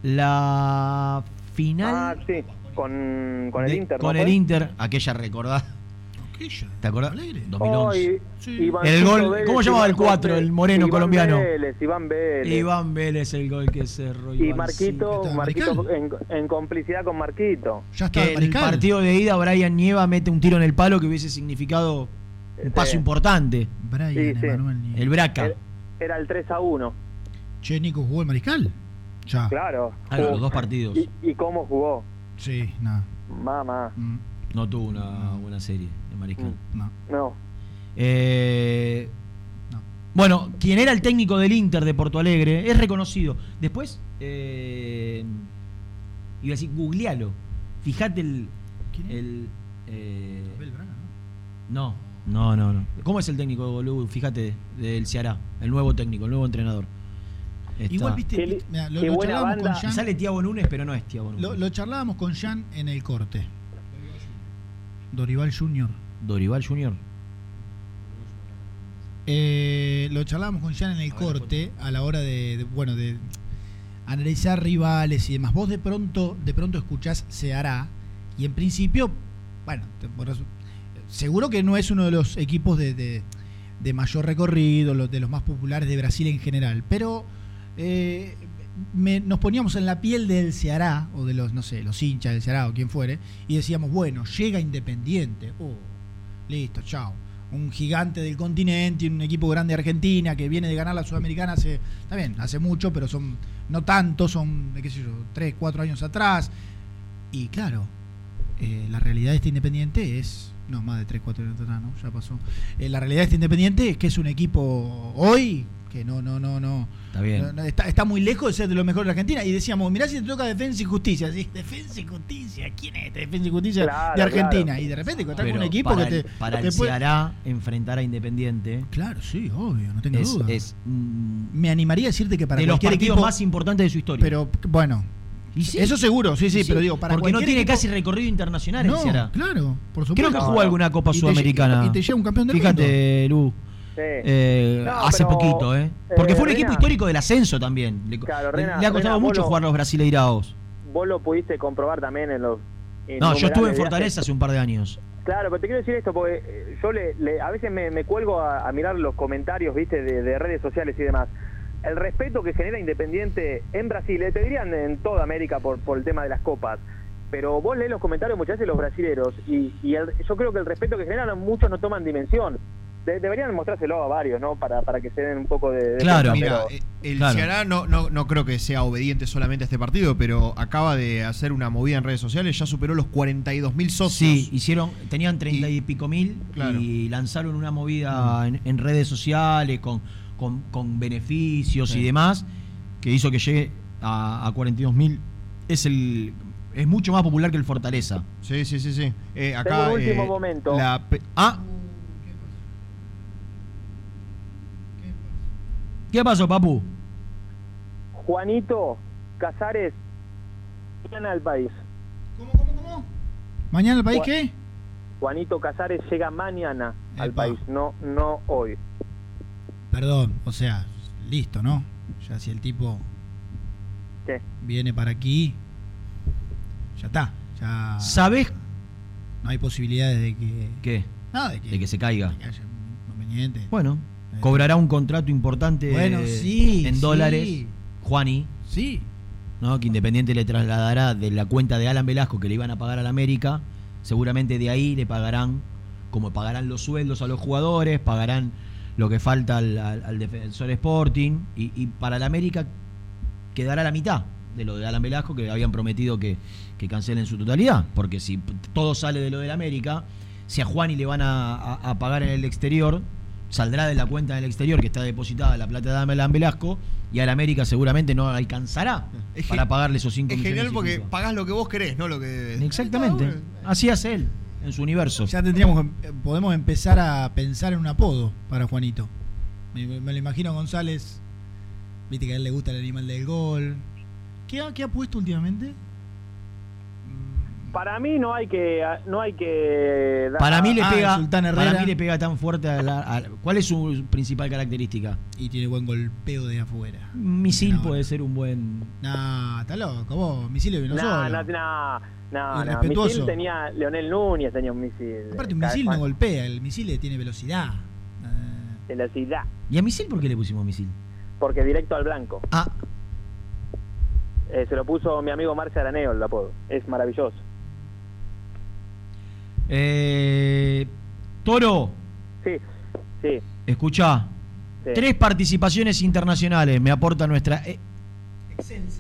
Speaker 4: la final
Speaker 17: Ah, sí, con, con el
Speaker 4: de-
Speaker 17: Inter. ¿no
Speaker 4: con
Speaker 17: fue?
Speaker 4: el Inter, aquella recordada. ¿Te acordás? 2011.
Speaker 17: Ay, Ivancito
Speaker 4: el gol,
Speaker 17: Vélez,
Speaker 4: ¿Cómo llamaba el
Speaker 17: Iván
Speaker 4: 4, el
Speaker 17: Vélez,
Speaker 4: moreno
Speaker 17: Iván
Speaker 4: colombiano?
Speaker 17: Vélez, Iván Vélez.
Speaker 4: Iván Vélez el gol que cerró.
Speaker 17: y
Speaker 4: Ivancito.
Speaker 17: Marquito, Marquito en, en complicidad con Marquito.
Speaker 4: que en el partido de ida Brian Nieva mete un tiro en el palo que hubiese significado un paso
Speaker 17: Sí.
Speaker 4: importante.
Speaker 17: Este, Sí, sí.
Speaker 4: El Braca.
Speaker 17: Era el 3 a 1.
Speaker 5: Che, Nico jugó el mariscal. Ya.
Speaker 17: Claro.
Speaker 4: Ah, no, los dos partidos.
Speaker 17: ¿Y, y cómo jugó?
Speaker 5: Sí, Mm. nada.
Speaker 17: Mamá.
Speaker 4: No tuvo una buena serie de Mariscal.
Speaker 5: Mm.
Speaker 17: No.
Speaker 4: Eh, Bueno, quien era el técnico del Inter de Porto Alegre es reconocido. Después, eh, iba a decir, googlealo. Fíjate el. el, eh, no, no, no, no. ¿Cómo es el técnico, boludo? Fíjate, del Ceará. El nuevo técnico, el nuevo entrenador. Está-
Speaker 5: Igual, viste, viste, mirá, lo,
Speaker 17: qué
Speaker 5: lo
Speaker 17: buena
Speaker 5: charlábamos con
Speaker 17: banda.
Speaker 5: Jan.
Speaker 4: Sale Tiago Núñez, pero no es Tiago Núñez.
Speaker 5: Lo, lo charlábamos con Jan en el corte. Dorival Junior.
Speaker 4: Dorival Junior.
Speaker 5: Eh, lo charlábamos con Jan en el corte a la hora de, de- bueno de analizar rivales y demás. Vos de pronto de pronto escuchás se hará y en principio bueno te- por eso- seguro que no es uno de los equipos de, de- de mayor recorrido, lo- de los más populares de Brasil en general, pero eh, me- nos poníamos en la piel del Ceará o de los no sé los hinchas del Ceará o quien fuere y decíamos bueno llega Independiente. Oh, Listo, chao. Un gigante del continente, un equipo grande de Argentina que viene de ganar la Sudamericana hace, está bien, hace mucho, pero son no tanto, son, qué sé yo, tres, cuatro años atrás. Y claro, eh, la realidad de este Independiente es, no, más de tres, cuatro años atrás, ¿no? Ya pasó. Eh, la realidad de este Independiente es que es un equipo hoy que no, no, no, no.
Speaker 4: Está bien.
Speaker 5: no- no, está, está muy lejos de ser de los mejores de Argentina. Y decíamos, mirá si te toca Defensa y Justicia. ¿sí? Defensa y Justicia, ¿quién es este Defensa y Justicia
Speaker 4: Claro,
Speaker 5: de Argentina?
Speaker 4: claro.
Speaker 5: Y de repente encontrás con
Speaker 4: Pero
Speaker 5: un equipo
Speaker 4: para
Speaker 5: que
Speaker 4: el-
Speaker 5: te.
Speaker 4: para
Speaker 5: te
Speaker 4: el
Speaker 5: puede-
Speaker 4: Ceará enfrentar a Independiente.
Speaker 5: Claro, sí, obvio, no tengo
Speaker 4: es,
Speaker 5: duda.
Speaker 4: es, mm,
Speaker 5: Me animaría a decirte que para
Speaker 4: de los
Speaker 5: cualquier
Speaker 4: partidos
Speaker 5: equipo-
Speaker 4: más importantes de su historia.
Speaker 5: Pero bueno, eso seguro, sí, sí,
Speaker 4: Y
Speaker 5: pero digo, para
Speaker 4: porque no
Speaker 5: cualquier
Speaker 4: tiene
Speaker 5: equipo-
Speaker 4: casi recorrido internacional
Speaker 5: No,
Speaker 4: el Ceará.
Speaker 5: claro, por supuesto.
Speaker 4: Creo que jugó alguna Copa
Speaker 5: Y te lle-
Speaker 4: Sudamericana.
Speaker 5: y te lleva un campeón del
Speaker 4: Fíjate, Lu.
Speaker 17: Sí.
Speaker 4: eh,
Speaker 17: No,
Speaker 4: hace
Speaker 17: pero,
Speaker 4: poquito, ¿eh? Porque
Speaker 17: eh,
Speaker 4: fue un equipo
Speaker 17: Rena.
Speaker 4: histórico del ascenso también. Le,
Speaker 17: Claro,
Speaker 4: le-
Speaker 17: Rena,
Speaker 4: le ha costado
Speaker 17: Rena, vos
Speaker 4: mucho
Speaker 17: lo-
Speaker 4: jugar los brasileirados.
Speaker 17: Vos lo pudiste comprobar también en los... Eh,
Speaker 4: No, yo estuve en
Speaker 17: innumerables viajes.
Speaker 4: Fortaleza hace un par de años.
Speaker 17: Claro, pero te quiero decir esto, porque eh, yo le, le- a veces me, me cuelgo a, a mirar los comentarios, viste, de, de redes sociales y demás. El respeto que genera Independiente en Brasil, eh, te dirían en toda América por, por el tema de las copas, pero vos lees los comentarios muchas veces de los brasileros y, y el- yo creo que el respeto que generan muchos no toman dimensión. de- deberían mostrárselo a varios, ¿no? Para, para que se den un poco de... de cuenta,
Speaker 2: mira,
Speaker 17: pero-
Speaker 2: eh, el
Speaker 17: Claro.
Speaker 2: Ceará no, no, no creo que sea obediente solamente a este partido, pero acaba de hacer una movida en redes sociales, ya superó los 42.000 socios.
Speaker 4: Sí, hicieron, tenían 30 y, pico mil
Speaker 2: Claro.
Speaker 4: y lanzaron una movida en, en redes sociales con, con- con beneficios y demás que hizo que llegue a, a 42 mil. Es, el, es mucho más popular que el Fortaleza.
Speaker 2: Sí, sí, sí, sí. Eh,
Speaker 4: Tengo
Speaker 2: acá,
Speaker 4: un último
Speaker 2: eh,
Speaker 4: momento.
Speaker 2: la pe-
Speaker 4: ah. ¿Qué pasó, papu?
Speaker 17: Juanito Casares, mañana al país.
Speaker 5: ¿Mañana el país
Speaker 17: Juan-
Speaker 5: qué?
Speaker 17: Juanito Casares llega mañana al país, no, no hoy.
Speaker 5: Perdón, o sea, listo, ¿no? Ya si el tipo
Speaker 17: ¿Qué?
Speaker 5: viene para aquí, ya está. Ya
Speaker 4: ¿Sabes?
Speaker 5: No hay posibilidades de que.
Speaker 4: ¿Qué?
Speaker 5: Nada, de que,
Speaker 4: De que se caiga.
Speaker 5: haya un inconveniente.
Speaker 4: Bueno, cobrará un contrato importante
Speaker 5: Este. Bueno, sí,
Speaker 4: en
Speaker 5: sí.
Speaker 4: dólares, Juani. Sí. ¿no? Que Independiente le trasladará de la cuenta de Alan Velasco que le iban a pagar al América, seguramente de ahí le pagarán, como pagarán los sueldos a los jugadores, pagarán lo que falta al, al- al defensor Sporting, y, y para el América quedará la mitad de lo de Alan Velasco que habían prometido que, que cancelen su totalidad, porque si p- todo sale de lo del América, si a Juani le van a, a- a pagar en el exterior, saldrá de la cuenta del exterior que está depositada la plata de Alan Velasco y al América seguramente no alcanzará
Speaker 2: Es
Speaker 4: para
Speaker 2: gen-
Speaker 4: pagarle esos 5
Speaker 2: es
Speaker 4: millones.
Speaker 2: genial
Speaker 4: y
Speaker 2: porque
Speaker 4: pico.
Speaker 2: pagás lo que vos querés, no lo que debes.
Speaker 4: Exactamente. Así hace él en su universo.
Speaker 5: Ya tendríamos, que- eh, podemos empezar a pensar en un apodo para Juanito. Me, me- me lo imagino a González. Viste que a él le gusta el animal del gol. ¿Qué ha, qué ha puesto últimamente?
Speaker 17: Para mí no hay que no hay que dar-
Speaker 4: Para mí le
Speaker 17: Ah,
Speaker 4: pega
Speaker 17: el Sultán
Speaker 4: para
Speaker 17: Herrera.
Speaker 4: mí le pega tan fuerte a la a- ¿Cuál es su principal característica?
Speaker 5: Y tiene buen golpeo de afuera.
Speaker 4: Un misil puede ser un buen
Speaker 5: Nah, está loco, vos. Misiles vino
Speaker 17: No,
Speaker 5: solo.
Speaker 17: no, no, no, no.
Speaker 5: Irrespetuoso.
Speaker 17: Misil tenía Leonel Núñez tenía un misil.
Speaker 5: Aparte, un
Speaker 17: Ca-
Speaker 5: misil
Speaker 17: Juan-
Speaker 5: no golpea, el misil le tiene velocidad.
Speaker 17: Velocidad,
Speaker 4: ¿Y a misil por qué le pusimos misil?
Speaker 17: porque directo al blanco.
Speaker 4: Ah.
Speaker 17: Eh, se lo puso mi amigo Marce Araneo el apodo. Es maravilloso.
Speaker 4: Eh, Toro,
Speaker 17: Sí, sí.
Speaker 4: escucha.
Speaker 17: Sí.
Speaker 4: Tres participaciones internacionales me aporta nuestra eh,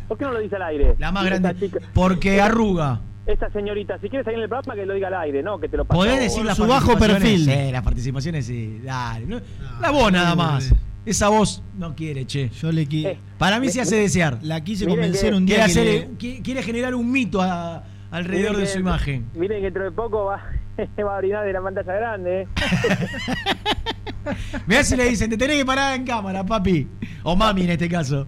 Speaker 17: ¿Por qué no lo dice al aire?
Speaker 4: la más grande porque arruga.
Speaker 17: Esta señorita, si quieres salir en el programa, que lo diga al aire, ¿no? Que te lo pasó.
Speaker 4: Podés decir las participaciones? Sí, las participaciones sí. Dale. no- la voz nada más. Esa voz no quiere, che.
Speaker 5: Yo le
Speaker 17: Eh,
Speaker 5: qui-
Speaker 4: Para mí se hace desear.
Speaker 5: La quise
Speaker 4: Miren
Speaker 5: convencer
Speaker 4: que-
Speaker 5: un día.
Speaker 4: Quiere,
Speaker 5: que
Speaker 4: hacer- qui- quiere generar un mito a- alrededor
Speaker 17: Miren
Speaker 4: de
Speaker 17: que-
Speaker 4: su imagen.
Speaker 17: Miren que dentro de poco va, va a orinar de la pantalla grande. ¿eh?
Speaker 4: Mirá si le dicen, te tenés que parar en cámara, papi. O mami en este caso.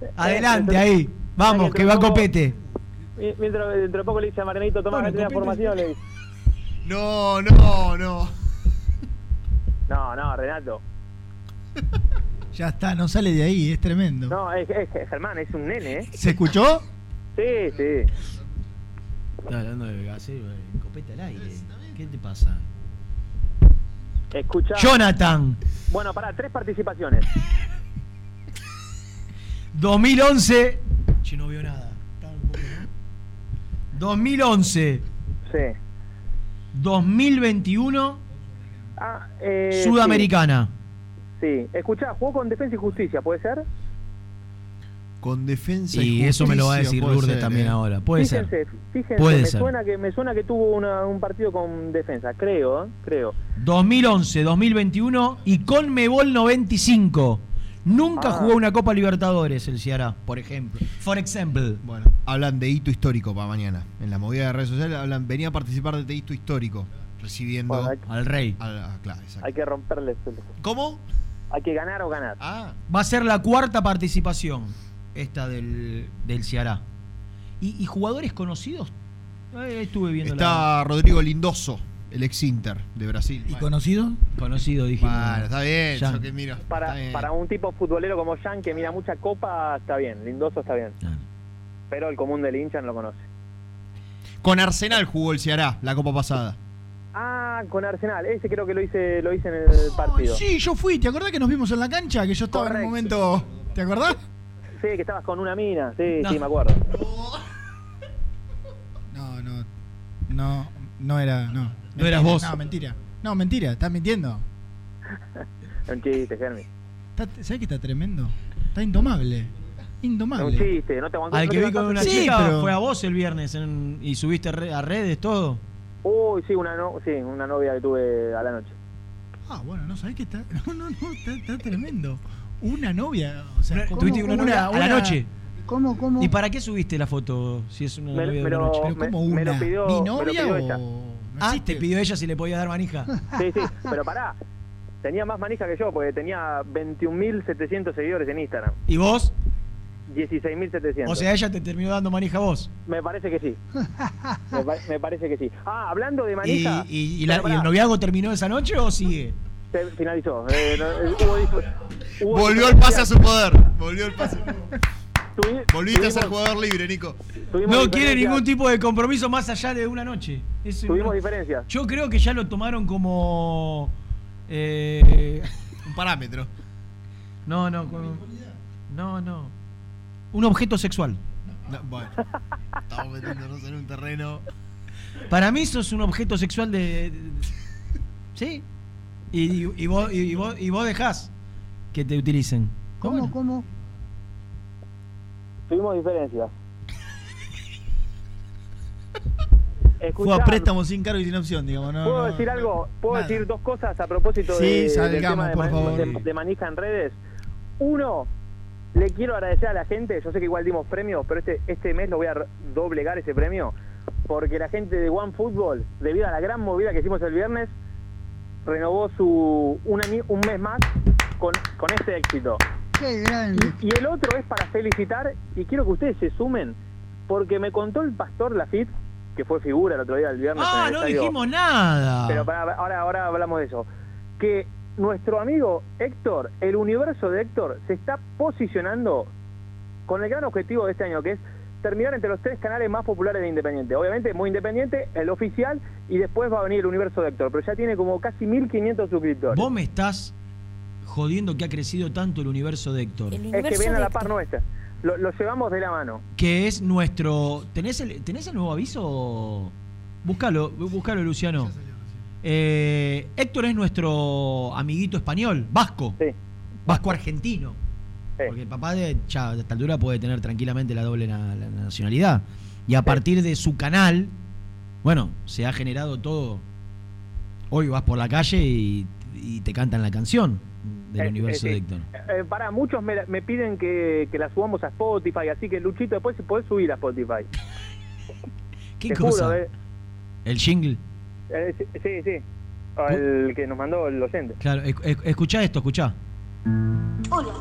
Speaker 17: Eh,
Speaker 4: Adelante, ahí. Vamos, que va copete.
Speaker 17: Mi- Mientras dentro de poco le dice a Marianito, toma la formación. Le dice.
Speaker 2: No, no, no.
Speaker 17: No, no, Renato.
Speaker 5: le- Ya está, no sale de ahí, es tremendo.
Speaker 17: No, es, es- es Germán, es un nene, ¿eh?
Speaker 5: ¿Se escuchó?
Speaker 17: Sí, sí.
Speaker 4: Está hablando de gasero, copete al aire. ¿Qué te pasa?
Speaker 17: Escucha.
Speaker 4: Jonathan,
Speaker 17: Bueno, pará, tres participaciones.
Speaker 4: 2011. Che, no veo nada. 2011,
Speaker 17: Sí.
Speaker 4: 2021,
Speaker 17: Ah, eh,
Speaker 4: Sudamericana.
Speaker 17: Sí. sí. Escuchá, jugó con Defensa y Justicia, ¿puede ser?
Speaker 2: Con defensa y,
Speaker 4: Y eso me lo va a
Speaker 2: justicia
Speaker 4: decir
Speaker 2: puede
Speaker 4: Lourdes
Speaker 2: ser,
Speaker 4: también
Speaker 2: eh.
Speaker 4: ahora. Puede ser.
Speaker 17: fíjense, este, Fíjense,
Speaker 4: Puede
Speaker 17: me,
Speaker 4: ser.
Speaker 17: Suena que, me suena que tuvo una- un partido con Defensa, creo, ¿eh? creo.
Speaker 4: 2011, 2021 y Conmebol 95. Nunca
Speaker 17: Ah.
Speaker 4: jugó una Copa Libertadores el Ceará, por ejemplo. For example.
Speaker 2: Bueno, hablan de hito histórico para mañana. En la movida de redes sociales hablan, venía a participar de este hito histórico, recibiendo
Speaker 4: al rey.
Speaker 2: Ah, claro, exacto.
Speaker 17: Hay que romperle el
Speaker 2: ¿Cómo?
Speaker 17: Hay que ganar o ganar.
Speaker 2: Ah.
Speaker 4: Va a ser la cuarta participación esta del, del Ceará. ¿Y, y jugadores conocidos? Eh, estuve viendo
Speaker 2: Está
Speaker 4: la-
Speaker 2: Rodrigo Lindoso, el ex Inter de Brasil. ¿Y
Speaker 5: conocido?
Speaker 4: Conocido, dije.
Speaker 2: Bueno, está bien,
Speaker 4: Ya.
Speaker 2: yo que miro.
Speaker 17: Para, para un tipo futbolero como Jan, que mira mucha copa, está bien. Lindoso está bien. Pero el común del hincha no lo conoce.
Speaker 2: Con Arsenal jugó el Ceará la copa pasada.
Speaker 17: Ah, con Arsenal. Ese creo que lo hice, lo hice en el partido.
Speaker 5: Sí, yo fui. ¿Te acordás que nos vimos en la cancha? Que yo estaba en un momento. ¿Te acordás?
Speaker 17: Sí, que estabas con una mina. Sí,
Speaker 5: No.
Speaker 17: sí, me acuerdo.
Speaker 5: No, no. No, no era. No,
Speaker 4: eras vos.
Speaker 5: No, mentira. No, mentira. Estás mintiendo.
Speaker 17: es un chiste, Germi.
Speaker 5: Está- ¿Sabes que está tremendo? Está indomable. Indomable.
Speaker 17: Es un chiste, no te aguantás-
Speaker 4: Al
Speaker 17: no
Speaker 4: que
Speaker 17: te
Speaker 4: vi con una
Speaker 17: aguantás- Sí,
Speaker 4: chica
Speaker 17: pero-
Speaker 4: fue a vos el viernes en- y subiste re- a redes todo.
Speaker 17: Uy, sí, una no, sí, una novia que tuve a la noche.
Speaker 5: Ah, bueno, no sabés que está. No, no, no, está, está tremendo. Una novia. O sea, ¿cómo-
Speaker 4: Tuviste una novia a la
Speaker 5: una-
Speaker 4: noche.
Speaker 5: ¿Cómo, cómo?
Speaker 4: ¿Y para qué subiste la foto si es una
Speaker 5: Me-
Speaker 4: novia de
Speaker 5: me lo-
Speaker 4: una noche?
Speaker 5: Pero me- ¿cómo me lo una? pidió- ¿Mi me lo novia pidió o- ella.
Speaker 4: Ah, te pidió ella si le podía dar manija.
Speaker 17: Sí, sí, pero pará. Tenía más manija que yo, porque tenía 21.700 seguidores en Instagram.
Speaker 4: ¿Y vos?
Speaker 17: 16.700.
Speaker 4: O sea, ella te terminó dando manija a vos.
Speaker 17: Me parece que sí. Me, pa- me parece que sí. Ah, hablando de
Speaker 4: ¿Y,
Speaker 17: manija.
Speaker 4: y- y la-
Speaker 17: pero
Speaker 4: y el
Speaker 17: pará,
Speaker 4: noviazgo terminó esa noche o sigue?
Speaker 17: se finalizó. Eh, no, eh, hubo dis- hubo
Speaker 2: Volvió el pase a su poder. Volvió el pase. Volviste a ser jugador libre, Nico.
Speaker 4: No quiere ningún tipo de compromiso más allá de una noche. Es un-
Speaker 2: Tuvimos
Speaker 17: diferencias.
Speaker 4: Yo creo que ya lo tomaron como. eh,
Speaker 2: Un parámetro.
Speaker 4: no, no. como- no, no. Un objeto sexual.
Speaker 2: No, bueno, estamos metiéndonos en un terreno.
Speaker 4: Para mí sos un objeto sexual de. de- sí. Y, y- y vos, y, y vos, y vos dejás que te utilicen.
Speaker 5: ¿Cómo, cómo?
Speaker 17: Tuvimos diferencias.
Speaker 5: Fue a
Speaker 17: Escuchá,
Speaker 5: préstamo sin cargo y sin opción, digamos. No,
Speaker 17: ¿Puedo
Speaker 5: no.
Speaker 17: decir algo? ¿Puedo
Speaker 5: Nada.
Speaker 17: decir dos cosas a propósito
Speaker 5: Sí,
Speaker 17: de, del
Speaker 5: salgamos,
Speaker 17: tema de,
Speaker 5: por
Speaker 17: man-
Speaker 5: favor.
Speaker 17: de- de manija en redes? Uno, le quiero agradecer a la gente. Yo sé que igual dimos premios, pero este, este mes lo voy a re- doblegar ese premio. Porque la gente de One Football, debido a la gran movida que hicimos el viernes, renovó su un, año- un mes más con, con este éxito.
Speaker 1: Qué grande.
Speaker 17: Y el otro es para felicitar, y quiero que ustedes se sumen, porque me contó el pastor Lafitte, que fue figura el otro día, el viernes.
Speaker 4: Ah,
Speaker 17: en el
Speaker 4: no
Speaker 17: estadio.
Speaker 4: dijimos nada.
Speaker 17: Pero pará, ahora, ahora hablamos de eso. Que nuestro amigo Héctor, el universo de Héctor, se está posicionando con el gran objetivo de este año, que es terminar entre los tres canales más populares de Independiente. Obviamente, muy Independiente, el oficial, y después va a venir el universo de Héctor. Pero ya tiene como casi 1.500 suscriptores.
Speaker 4: Vos me estás jodiendo que ha crecido tanto el universo de Héctor.
Speaker 17: Es que viene a la par nuestra. Lo, lo llevamos de la mano.
Speaker 4: Que es nuestro. ¿Tenés el, ¿tenés el nuevo aviso? Búscalo, bú- búscalo, Luciano. Eh, Héctor es nuestro amiguito español, vasco. Vasco argentino. Porque el papá de, ya a esta altura puede tener tranquilamente la doble na- la nacionalidad. Y a partir de su canal, bueno, se ha generado todo. Hoy vas por la calle y, y te cantan la canción del
Speaker 17: Eh,
Speaker 4: universo
Speaker 17: eh,
Speaker 4: de
Speaker 17: sí.
Speaker 4: Héctor.
Speaker 17: Eh, para muchos me, la- me piden que, que la subamos a Spotify, así que Luchito, después si podés subir a Spotify.
Speaker 4: ¿Qué
Speaker 17: Te juro,
Speaker 4: cosa?
Speaker 17: eh.
Speaker 4: El jingle.
Speaker 17: Eh, sí, sí, sí. El que nos mandó el docente.
Speaker 4: Claro, esc- esc- escuchá esto, escuchá.
Speaker 10: Hola,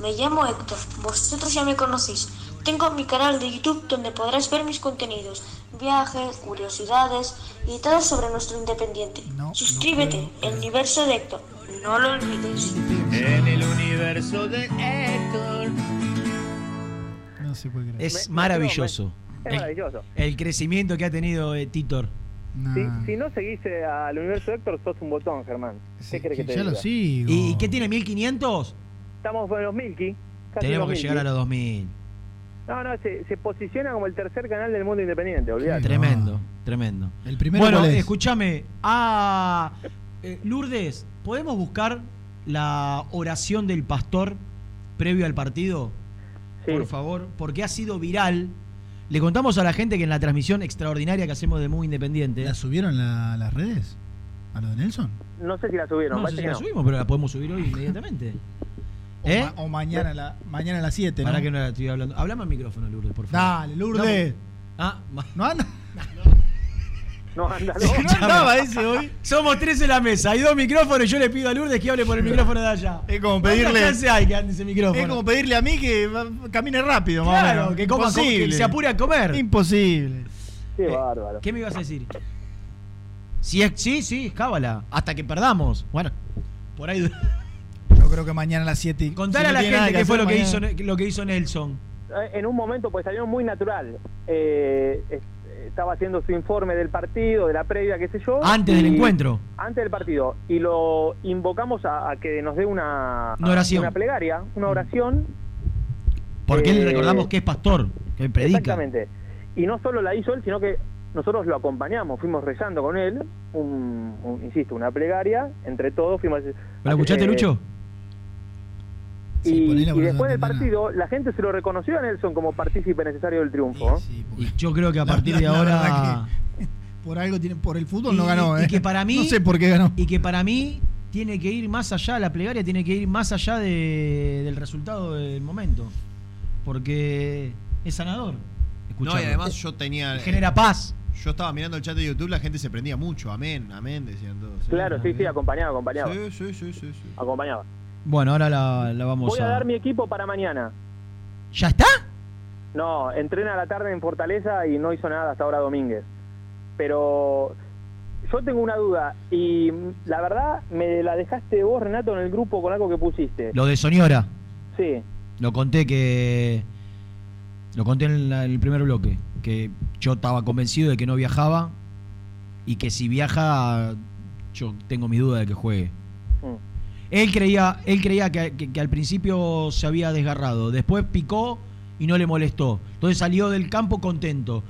Speaker 10: me llamo Héctor, vosotros ya me conocéis. Tengo mi canal de YouTube donde podrás ver mis contenidos, viajes, curiosidades y todo sobre nuestro independiente. Suscríbete, el universo de Héctor, no lo olvides.
Speaker 18: En el universo de Héctor.
Speaker 5: No se puede creer.
Speaker 4: Es maravilloso.
Speaker 17: Es maravilloso.
Speaker 4: El, el crecimiento que ha tenido eh, Titor.
Speaker 17: Si,
Speaker 4: Ah.
Speaker 17: si no seguís eh, al universo de Héctor, sos un botón, Germán. ¿Qué querés que te diga?
Speaker 4: ¿Y qué tiene? ¿1500?
Speaker 17: Estamos en los Milky. casi
Speaker 4: Tenemos que
Speaker 17: 2000.
Speaker 4: llegar a los 2000.
Speaker 17: No, no, se, se posiciona como el tercer canal del mundo independiente, olvidate.
Speaker 4: Tremendo, tremendo.
Speaker 5: El primero
Speaker 4: bueno,
Speaker 5: cuál es?
Speaker 4: escúchame. Ah, eh, Lourdes, ¿podemos buscar la oración del pastor previo al partido? Por favor, porque ha sido viral. Le contamos a la gente que en la transmisión extraordinaria que hacemos de Muy Independiente.
Speaker 5: ¿La subieron la- las redes? ¿A lo de Nelson?
Speaker 17: No sé si la subieron.
Speaker 4: No, no sé
Speaker 17: parece
Speaker 4: si
Speaker 17: que
Speaker 4: la
Speaker 17: no.
Speaker 4: subimos, pero la podemos subir hoy inmediatamente.
Speaker 5: O, ma- o mañana, a la, mañana a las 7, ¿no?
Speaker 4: Para que no la estoy hablando. Hablame al micrófono, Lourdes, por favor.
Speaker 5: Dale, Lourdes.
Speaker 4: Ah,
Speaker 5: no anda.
Speaker 17: No anda,
Speaker 5: no. andaba ese hoy.
Speaker 4: Somos tres en la mesa, hay dos micrófonos y yo le pido a Lourdes que hable por el micrófono de allá.
Speaker 5: Es como pedirle-
Speaker 4: ¿Cuántas chances hay que ande ese micrófono?
Speaker 5: Es como pedirle a mí que va- camine rápido, más o
Speaker 4: Claro,
Speaker 5: menos.
Speaker 4: que coma-
Speaker 5: Imposible. Eh,
Speaker 4: que se apure a comer.
Speaker 5: Imposible.
Speaker 17: Qué bárbaro.
Speaker 4: ¿Qué me ibas a decir? Si es, sí, sí, es cábala. Hasta que perdamos. Bueno, por ahí.
Speaker 5: Yo creo que mañana a las 7.
Speaker 4: Contale a la gente qué fue lo que, hizo, lo que hizo Nelson.
Speaker 17: Eh, En un momento, pues salió muy natural. Eh, es- estaba haciendo su informe del partido, de la previa, qué sé yo.
Speaker 4: Antes del
Speaker 17: y-
Speaker 4: encuentro.
Speaker 17: Antes del partido. Y lo invocamos a, a que nos dé una,
Speaker 4: Una oración. Mm.
Speaker 17: una plegaria, una oración.
Speaker 4: Porque
Speaker 17: Eh,
Speaker 4: él recordamos que es pastor, que predica.
Speaker 17: Exactamente. Y no solo la hizo él, sino que Nosotros lo acompañamos, fuimos rezando con él, un, un- insisto, una plegaria, entre todos fuimos...
Speaker 4: ¿Lo escuchaste,
Speaker 17: eh,
Speaker 4: Lucho?
Speaker 17: Y,
Speaker 4: ponela
Speaker 17: y
Speaker 4: porque no
Speaker 17: después del
Speaker 4: entendí
Speaker 17: partido, la gente se lo reconoció a Nelson como partícipe necesario del triunfo. ¿eh?
Speaker 4: Y yo creo que a partir de
Speaker 5: la
Speaker 4: ahora.
Speaker 5: verdad Por algo tiene, por el fútbol
Speaker 4: y-
Speaker 5: no ganó,
Speaker 4: y
Speaker 5: ¿eh?
Speaker 4: que para mí.
Speaker 5: No sé por qué ganó.
Speaker 4: Y que para mí tiene que ir más allá, la plegaria tiene que ir más allá de- del resultado del momento. Porque es sanador.
Speaker 2: No, y
Speaker 4: escucharlo.
Speaker 2: además yo tenía.
Speaker 4: Y genera paz.
Speaker 2: Yo estaba mirando el chat de YouTube, la gente se prendía mucho. Amén, amén, decían todos. ¿eh?
Speaker 17: Claro, sí, sí, acompañaba, acompañaba.
Speaker 2: Sí, sí, sí, sí, sí.
Speaker 17: Acompañaba.
Speaker 4: Bueno, ahora la, la vamos
Speaker 17: Voy a
Speaker 4: a.
Speaker 17: dar mi equipo para mañana.
Speaker 4: ¿Ya está?
Speaker 17: No, entrena a la tarde en Fortaleza y no hizo nada hasta ahora Domínguez. Pero yo tengo una duda y mm, la verdad me la dejaste vos, Renato, en el grupo con algo que pusiste.
Speaker 4: Lo de Soñora.
Speaker 17: Sí,
Speaker 4: Lo conté que. Lo conté en la- en el primer bloque. Que yo estaba convencido de que no viajaba. Y que si viaja, yo tengo mi duda de que juegue.
Speaker 17: Mm.
Speaker 4: Él creía, él creía que, que- que al principio se había desgarrado. Después picó y no le molestó. Entonces salió del campo contento.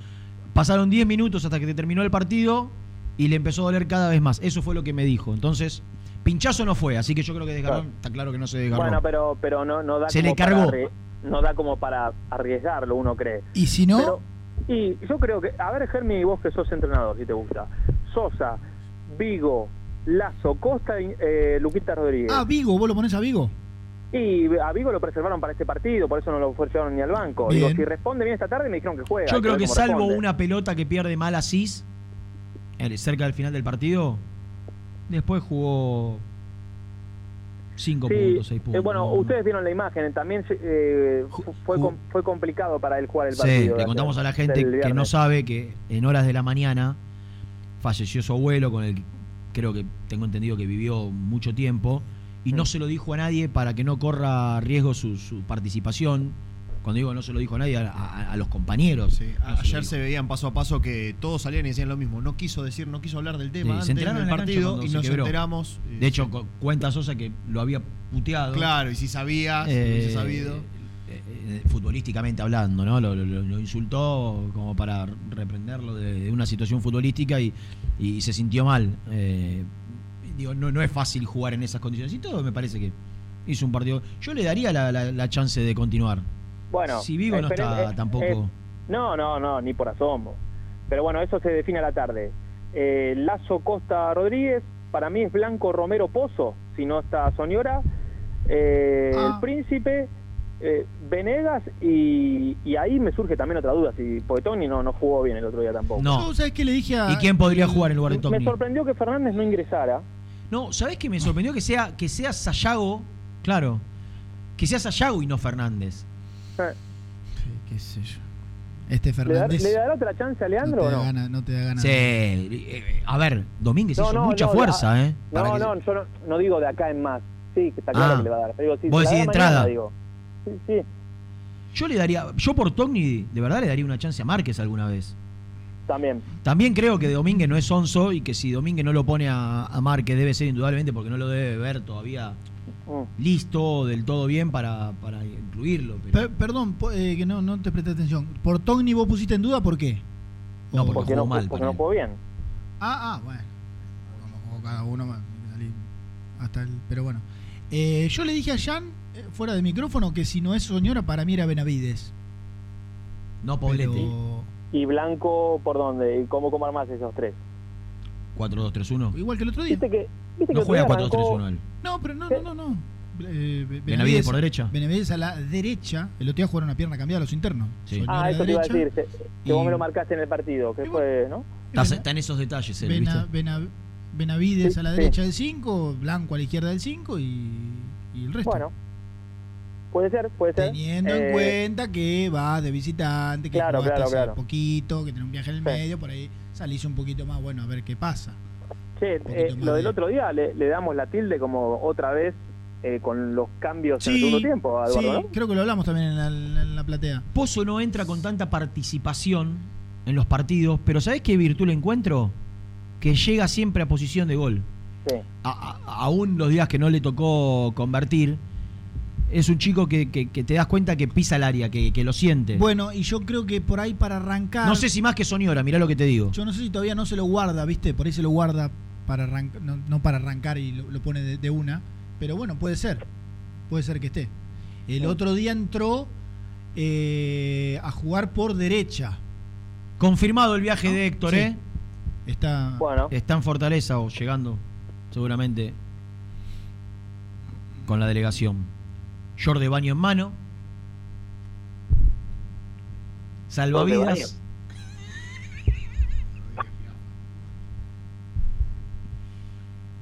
Speaker 4: Pasaron 10 minutos hasta que terminó el partido y le empezó a doler cada vez más. Eso fue lo que me dijo. Entonces, pinchazo no fue, así que yo creo que desgarró.
Speaker 17: Claro.
Speaker 4: Está claro que no se desgarró.
Speaker 17: bueno, pero, pero no, no da
Speaker 4: Se
Speaker 17: como
Speaker 4: le cargó.
Speaker 17: para arrie- no da como para arriesgarlo, uno cree.
Speaker 5: Y si no,
Speaker 17: Pero- y yo creo que, a ver, Germi, y vos que sos entrenador, si te gusta. Sosa, Vigo, Lazo, Costa y eh, Luquita Rodríguez.
Speaker 5: ah, Vigo, vos lo pones a Vigo.
Speaker 17: Y a Vigo lo preservaron para este partido, por eso no lo ofrecieron ni al banco.
Speaker 4: Bien.
Speaker 17: Digo, si responde bien esta tarde, me dijeron que juega.
Speaker 4: Yo
Speaker 17: hay
Speaker 4: creo
Speaker 17: ver
Speaker 4: que
Speaker 17: cómo
Speaker 4: salvo
Speaker 17: responde.
Speaker 4: una pelota que pierde mal Asís el- cerca del final del partido, después jugó 5
Speaker 17: Sí,
Speaker 4: puntos, 6 puntos.
Speaker 17: eh, bueno,
Speaker 4: No,
Speaker 17: ustedes vieron la imagen, también eh, fu- fue, com- fue complicado para él jugar el
Speaker 4: Sí,
Speaker 17: partido.
Speaker 4: le
Speaker 17: de
Speaker 4: contamos a
Speaker 17: ayer,
Speaker 4: la gente
Speaker 17: del
Speaker 4: que no
Speaker 17: viernes.
Speaker 4: sabe que en horas de la mañana falleció su abuelo, con el que creo que tengo entendido que vivió mucho tiempo, y no se lo dijo a nadie para que no corra riesgo su, su participación. Cuando digo no se lo dijo a nadie, a, a- a los compañeros. No
Speaker 2: A-
Speaker 4: se lo
Speaker 2: Ayer
Speaker 4: dijo.
Speaker 2: se veían paso a paso que todos salían y decían lo mismo. No quiso decir, no quiso hablar del
Speaker 4: Sí, se
Speaker 2: tema antes
Speaker 4: enteraron
Speaker 2: del
Speaker 4: en la cancha
Speaker 2: partido
Speaker 4: cuando
Speaker 2: y
Speaker 4: se
Speaker 2: nos
Speaker 4: quebró.
Speaker 2: enteramos. eh,
Speaker 4: De hecho, co- cuenta Sosa que lo había puteado.
Speaker 2: Claro, y si sabía, si
Speaker 4: Eh,
Speaker 2: hubiese sabido.
Speaker 4: eh, eh, futbolísticamente hablando, ¿no? Lo, lo- lo- lo insultó como para reprenderlo de, de una situación futbolística y, y se sintió mal. Eh, digo, no, no es fácil jugar en esas condiciones. Y todo me parece que hizo un partido. Yo le daría la, la- la chance de continuar.
Speaker 17: Bueno,
Speaker 4: si Vigo no
Speaker 17: espere-
Speaker 4: está
Speaker 17: eh,
Speaker 4: tampoco.
Speaker 17: eh, no, no, no, ni por asomo. Pero bueno, eso se define a la tarde. Eh, Lazo Costa Rodríguez, para mí es Blanco Romero Pozo, si no está Soñora. Eh, El Príncipe, eh, Venegas, y, y ahí me surge también otra duda, si Poetoni no, no jugó bien el otro día tampoco.
Speaker 4: No.
Speaker 5: ¿Sabes qué le dije a.?
Speaker 4: ¿Y quién podría jugar en lugar de
Speaker 17: Me
Speaker 4: Togni?
Speaker 17: sorprendió que Fernández no ingresara.
Speaker 4: No, ¿sabés qué me sorprendió? Que sea, que sea Sayago, claro, que sea Sayago y no Fernández.
Speaker 5: ¿Qué sé yo? Este
Speaker 17: ¿Le, dar-
Speaker 5: Fernández.
Speaker 17: le dará otra chance a Leandro
Speaker 5: no,
Speaker 17: o
Speaker 5: te da
Speaker 17: no?
Speaker 5: gana- no te da ganas.
Speaker 4: Sí, eh, a ver, Domínguez
Speaker 17: No,
Speaker 4: hizo
Speaker 17: no,
Speaker 4: mucha
Speaker 17: no,
Speaker 4: fuerza,
Speaker 17: la-
Speaker 4: ¿eh? Para
Speaker 17: No,
Speaker 4: que-
Speaker 17: no, yo no, no digo de acá en más. Sí, que está claro
Speaker 4: Ah.
Speaker 17: que le va a dar. Pero digo, sí,
Speaker 4: Vos
Speaker 17: se la
Speaker 4: decís
Speaker 17: da
Speaker 4: de
Speaker 17: mañana,
Speaker 4: entrada.
Speaker 17: digo. Sí, sí,
Speaker 4: Yo le daría, yo por Togni, de verdad le daría una chance a Márquez alguna vez.
Speaker 17: también.
Speaker 4: También creo que Domínguez no es onzo y que si Domínguez no lo pone a, a Márquez debe ser indudablemente porque no lo debe ver todavía
Speaker 17: Mm.
Speaker 4: listo, del todo bien para, para incluirlo. pero-
Speaker 5: Per- perdón, po- eh, que no, no te presté atención. ¿Por Togni vos pusiste en duda por qué?
Speaker 4: no, porque,
Speaker 17: Porque
Speaker 4: jugó
Speaker 17: no,
Speaker 4: mal.
Speaker 17: porque
Speaker 4: para
Speaker 17: no
Speaker 4: él.
Speaker 17: jugó bien.
Speaker 5: Ah, ah, bueno. Como, como cada uno me- me salí hasta el- Pero bueno. Eh, yo le dije a Jan, eh, fuera de micrófono, que si no es Soñora, para mí era Benavides.
Speaker 4: No Poblete.
Speaker 17: ¿Y Blanco por dónde? ¿Y cómo comar más esos tres?
Speaker 4: 4-2-3-1.
Speaker 5: Igual que el otro día.
Speaker 17: Viste que, viste que
Speaker 4: No
Speaker 17: el
Speaker 4: juega
Speaker 17: otro día
Speaker 4: 4-2-3-1 él.
Speaker 5: No, pero no, no, no. no. Eh, Be-
Speaker 4: Benavides por derecha.
Speaker 5: Benavides a la derecha. El otro día jugaron a pierna cambiada a los internos.
Speaker 4: Sí.
Speaker 5: Soñora
Speaker 17: Ah,
Speaker 5: a
Speaker 17: eso
Speaker 5: la
Speaker 17: te iba a
Speaker 5: derecha.
Speaker 17: decir. Que, que vos me lo marcaste en el partido, que fue, ¿no?
Speaker 4: Está, está en esos detalles él, ¿viste?
Speaker 5: Bena- Bena- Benavides a la
Speaker 17: Sí.
Speaker 5: derecha del 5, Blanco a la izquierda del 5 y, y el resto.
Speaker 17: Bueno. Puede ser, puede ser.
Speaker 5: Teniendo en
Speaker 17: Eh,
Speaker 5: cuenta que vas de visitante, que
Speaker 17: claro,
Speaker 5: jugaste
Speaker 17: claro,
Speaker 5: hace
Speaker 17: claro.
Speaker 5: poquito, que tenés un viaje en el medio, por ahí salís un poquito más, bueno, a ver qué pasa.
Speaker 17: Che, eh, lo del otro día le, le damos la tilde como otra vez eh, con los cambios en el segundo tiempo, a Eduardo,
Speaker 5: sí, creo que lo hablamos también en la, en la platea.
Speaker 4: Pozo no entra con tanta participación en los partidos, pero ¿sabés qué virtud le encuentro? Que llega siempre a posición de gol.
Speaker 17: Sí.
Speaker 4: A- a- aún los días que no le tocó convertir, es un chico que, que- que te das cuenta que pisa el área, que, que lo siente.
Speaker 5: Bueno, y yo creo que por ahí para arrancar.
Speaker 4: no sé si más que Soñora, mirá lo que te digo.
Speaker 5: Yo no sé si todavía no se lo guarda, ¿viste? Por ahí se lo guarda para arrancar, no, no para arrancar y lo, lo pone de, de una. Pero bueno, puede ser. Puede ser que esté. El
Speaker 4: Sí.
Speaker 5: otro día entró eh, a jugar por derecha.
Speaker 4: Confirmado el viaje de Héctor,
Speaker 5: Sí.
Speaker 4: ¿eh?
Speaker 5: Está,
Speaker 4: Está en Fortaleza o llegando, seguramente, con la delegación. Short de baño en mano. Salvavidas.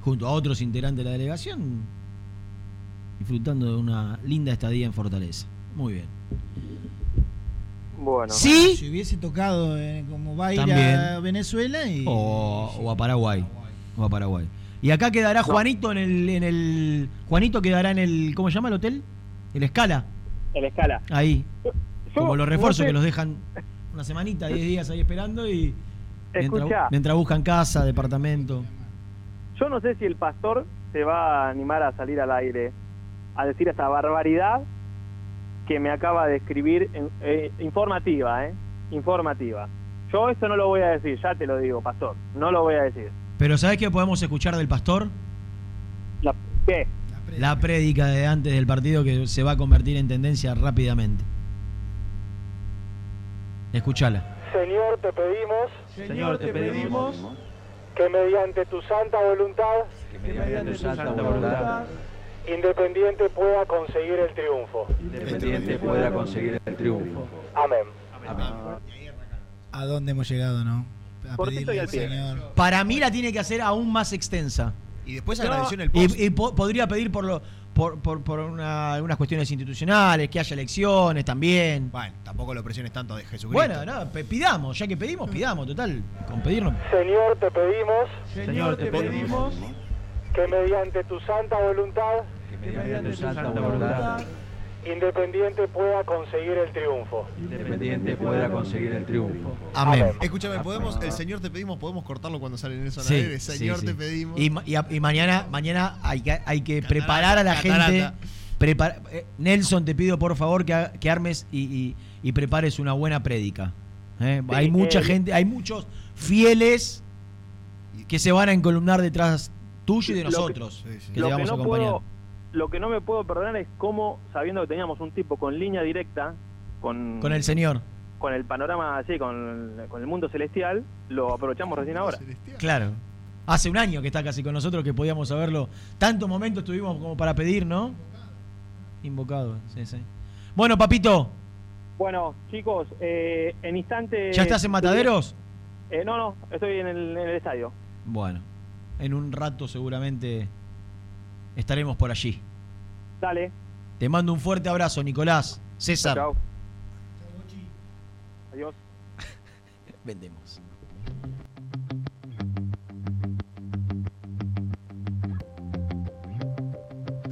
Speaker 4: Junto a otros integrantes de la delegación. Disfrutando de una linda estadía en Fortaleza. Muy bien.
Speaker 17: Bueno.
Speaker 4: Sí.
Speaker 5: Si hubiese tocado eh, como va a ir a
Speaker 4: También. Oh.
Speaker 5: Venezuela y.
Speaker 4: O, o a Paraguay. O a Paraguay. Y acá quedará
Speaker 5: No.
Speaker 4: Juanito en el, en el. Juanito quedará en el. ¿Cómo se llama el hotel? El Escala.
Speaker 17: El escala.
Speaker 4: Ahí. Como los refuerzos
Speaker 17: no sé-
Speaker 4: que los dejan una semanita, 10 días ahí esperando y.
Speaker 17: Escuchá.
Speaker 4: Mientras, mientras buscan casa, departamento.
Speaker 17: Yo no sé si el pastor se va a animar a salir al aire a decir esa barbaridad que me acaba de escribir en- eh, informativa, ¿eh? Informativa. Yo eso no lo voy a decir, ya te lo digo, pastor. No lo voy a decir.
Speaker 4: Pero ¿sabés qué podemos escuchar del pastor?
Speaker 17: La, ¿Qué?
Speaker 4: La prédica de antes del partido que se va a convertir en tendencia rápidamente. Escuchala.
Speaker 19: Señor, te pedimos.
Speaker 4: Señor, te pedimos
Speaker 19: Que mediante tu santa voluntad.
Speaker 20: mediante tu santa voluntad,
Speaker 19: Independiente pueda conseguir el triunfo.
Speaker 20: Independiente pueda conseguir el triunfo.
Speaker 19: Amén.
Speaker 5: ¿A dónde hemos llegado, no? A
Speaker 4: ¿Por qué
Speaker 5: pedirle
Speaker 4: estoy al
Speaker 5: al
Speaker 4: pie?
Speaker 5: Señor. Pues
Speaker 4: Para mí la tiene que hacer aún más extensa.
Speaker 2: Y después
Speaker 4: No,
Speaker 2: agradeció en el post.
Speaker 4: Y, y po- podría pedir por, lo, por, por, por una- algunas cuestiones institucionales, que haya elecciones también.
Speaker 2: Bueno, tampoco lo presiones tanto de Jesucristo.
Speaker 4: Bueno, no, pe- pidamos, ya que pedimos, pidamos, total. Con pedirnos.
Speaker 19: Señor, te pedimos.
Speaker 4: Señor, te pedimos
Speaker 19: Que mediante tu santa voluntad.
Speaker 20: Mediante tu santa voluntad,
Speaker 19: Independiente pueda conseguir el triunfo.
Speaker 20: independiente pueda conseguir el triunfo.
Speaker 4: Amén.
Speaker 2: Escúchame, podemos, el Señor te pedimos, podemos cortarlo cuando salen eso al
Speaker 4: Sí,
Speaker 2: aire.
Speaker 4: sí,
Speaker 2: Señor
Speaker 4: sí.
Speaker 2: te pedimos.
Speaker 4: Y, ma- y a- y mañana, mañana hay que, hay que preparar a la
Speaker 2: catarata.
Speaker 4: gente. prepara- eh, Nelson, te pido por favor que, ha- que armes y, y- y prepares una buena prédica. ¿eh?
Speaker 21: Sí,
Speaker 4: hay mucha
Speaker 21: eh,
Speaker 4: gente, hay muchos fieles que se van a encolumnar detrás tuyo y de
Speaker 17: Lo que-
Speaker 4: nosotros. Que, te
Speaker 17: lo que
Speaker 4: vamos
Speaker 17: no
Speaker 4: a acompañar.
Speaker 17: puedo- lo que no me puedo perdonar es cómo, sabiendo que teníamos un tipo con línea directa, con,
Speaker 4: Con el señor.
Speaker 17: con el panorama así, con, con el mundo celestial, lo aprovechamos recién ahora.
Speaker 4: Claro. Hace un año que está casi con nosotros que podíamos saberlo. Tantos momentos tuvimos como para pedir, ¿no? Invocado, sí, sí. Bueno, papito,
Speaker 17: Bueno, chicos, eh, en instante...
Speaker 4: ¿ya estás en Mataderos?
Speaker 17: Eh, no, no, estoy en el, en el estadio.
Speaker 4: Bueno, en un rato seguramente estaremos por allí.
Speaker 17: Dale.
Speaker 4: Te mando un fuerte abrazo, Nicolás. César.
Speaker 17: Chao. Adiós.
Speaker 4: Vendemos.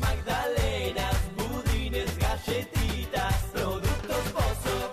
Speaker 1: magdalenas, budines, galletitas. Productos pozos.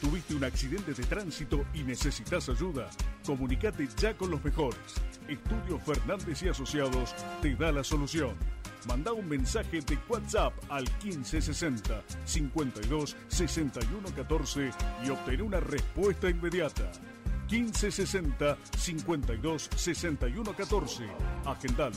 Speaker 9: ¿Tuviste un accidente de tránsito y necesitas ayuda? Comunicate ya con los mejores. Estudio Fernández y Asociados te da la solución. Manda un mensaje de WhatsApp al 1560 52 61 14 y obtén una respuesta inmediata. 1560 52 61 14. Agendalo.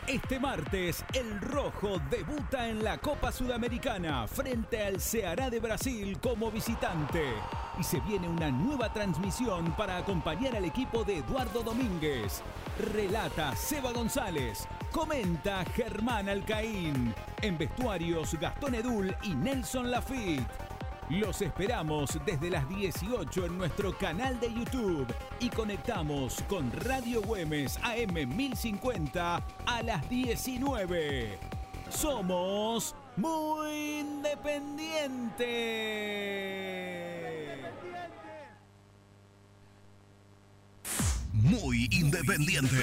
Speaker 20: Este martes, el Rojo debuta en la Copa Sudamericana frente al Ceará de Brasil como visitante. Y se viene una nueva transmisión para acompañar al equipo de Eduardo Domínguez. Relata Seba González. Comenta Germán Alcaín. En vestuarios Gastón Edul y Nelson Lafitte. Los esperamos desde las 18 en nuestro canal de YouTube y conectamos con Radio Güemes AM 1050 a las 19. Somos muy independientes.
Speaker 7: Muy independiente.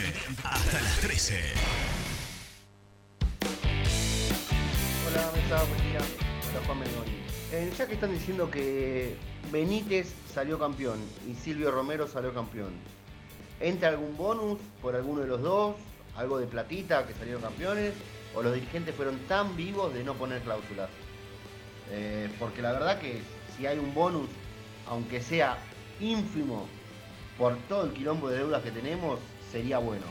Speaker 7: Hasta las 13.
Speaker 22: Hola, mesa, buen día. Hola, Juan Mengoni. Eh, ya que están diciendo que Benítez salió campeón y Silvio Romero salió campeón, ¿entra algún bonus por alguno de los dos? ¿Algo de platita que salieron campeones? ¿O los dirigentes fueron tan vivos de no poner cláusulas? Eh, porque la verdad que si hay un bonus, aunque sea ínfimo, por todo el quilombo de deudas que tenemos, sería bueno.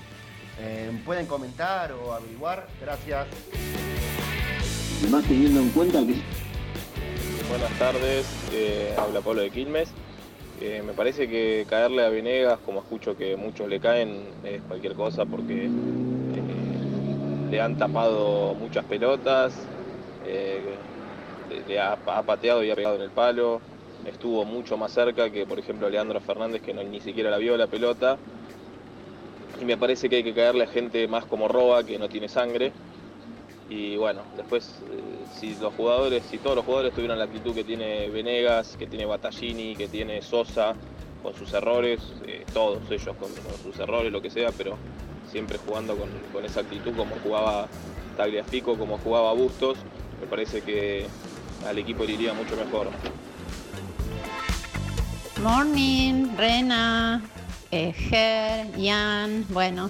Speaker 22: Eh, pueden comentar o averiguar. Gracias.
Speaker 23: Más teniendo en cuenta que
Speaker 24: Buenas tardes, eh, habla Pablo de Quilmes. Eh, me parece que caerle a Venegas, como escucho que muchos le caen, es cualquier cosa porque eh, le han tapado muchas pelotas, eh, le- le ha, ha pateado y ha pegado en el palo, estuvo mucho más cerca que por ejemplo Leandro Fernández que no, ni siquiera la vio la pelota. Y me parece que hay que caerle a gente más como Roa, que no tiene sangre. Y bueno, después eh, si los jugadores, si todos los jugadores tuvieran la actitud que tiene Venegas, que tiene Battaglini, que tiene Sosa, con sus errores, eh, todos ellos con, con sus errores, lo que sea, pero siempre jugando con, con esa actitud como jugaba Tagliafico, como jugaba Bustos, me parece que al equipo le iría mucho mejor.
Speaker 25: Morning, Rena, eh, Ger, Ian, bueno,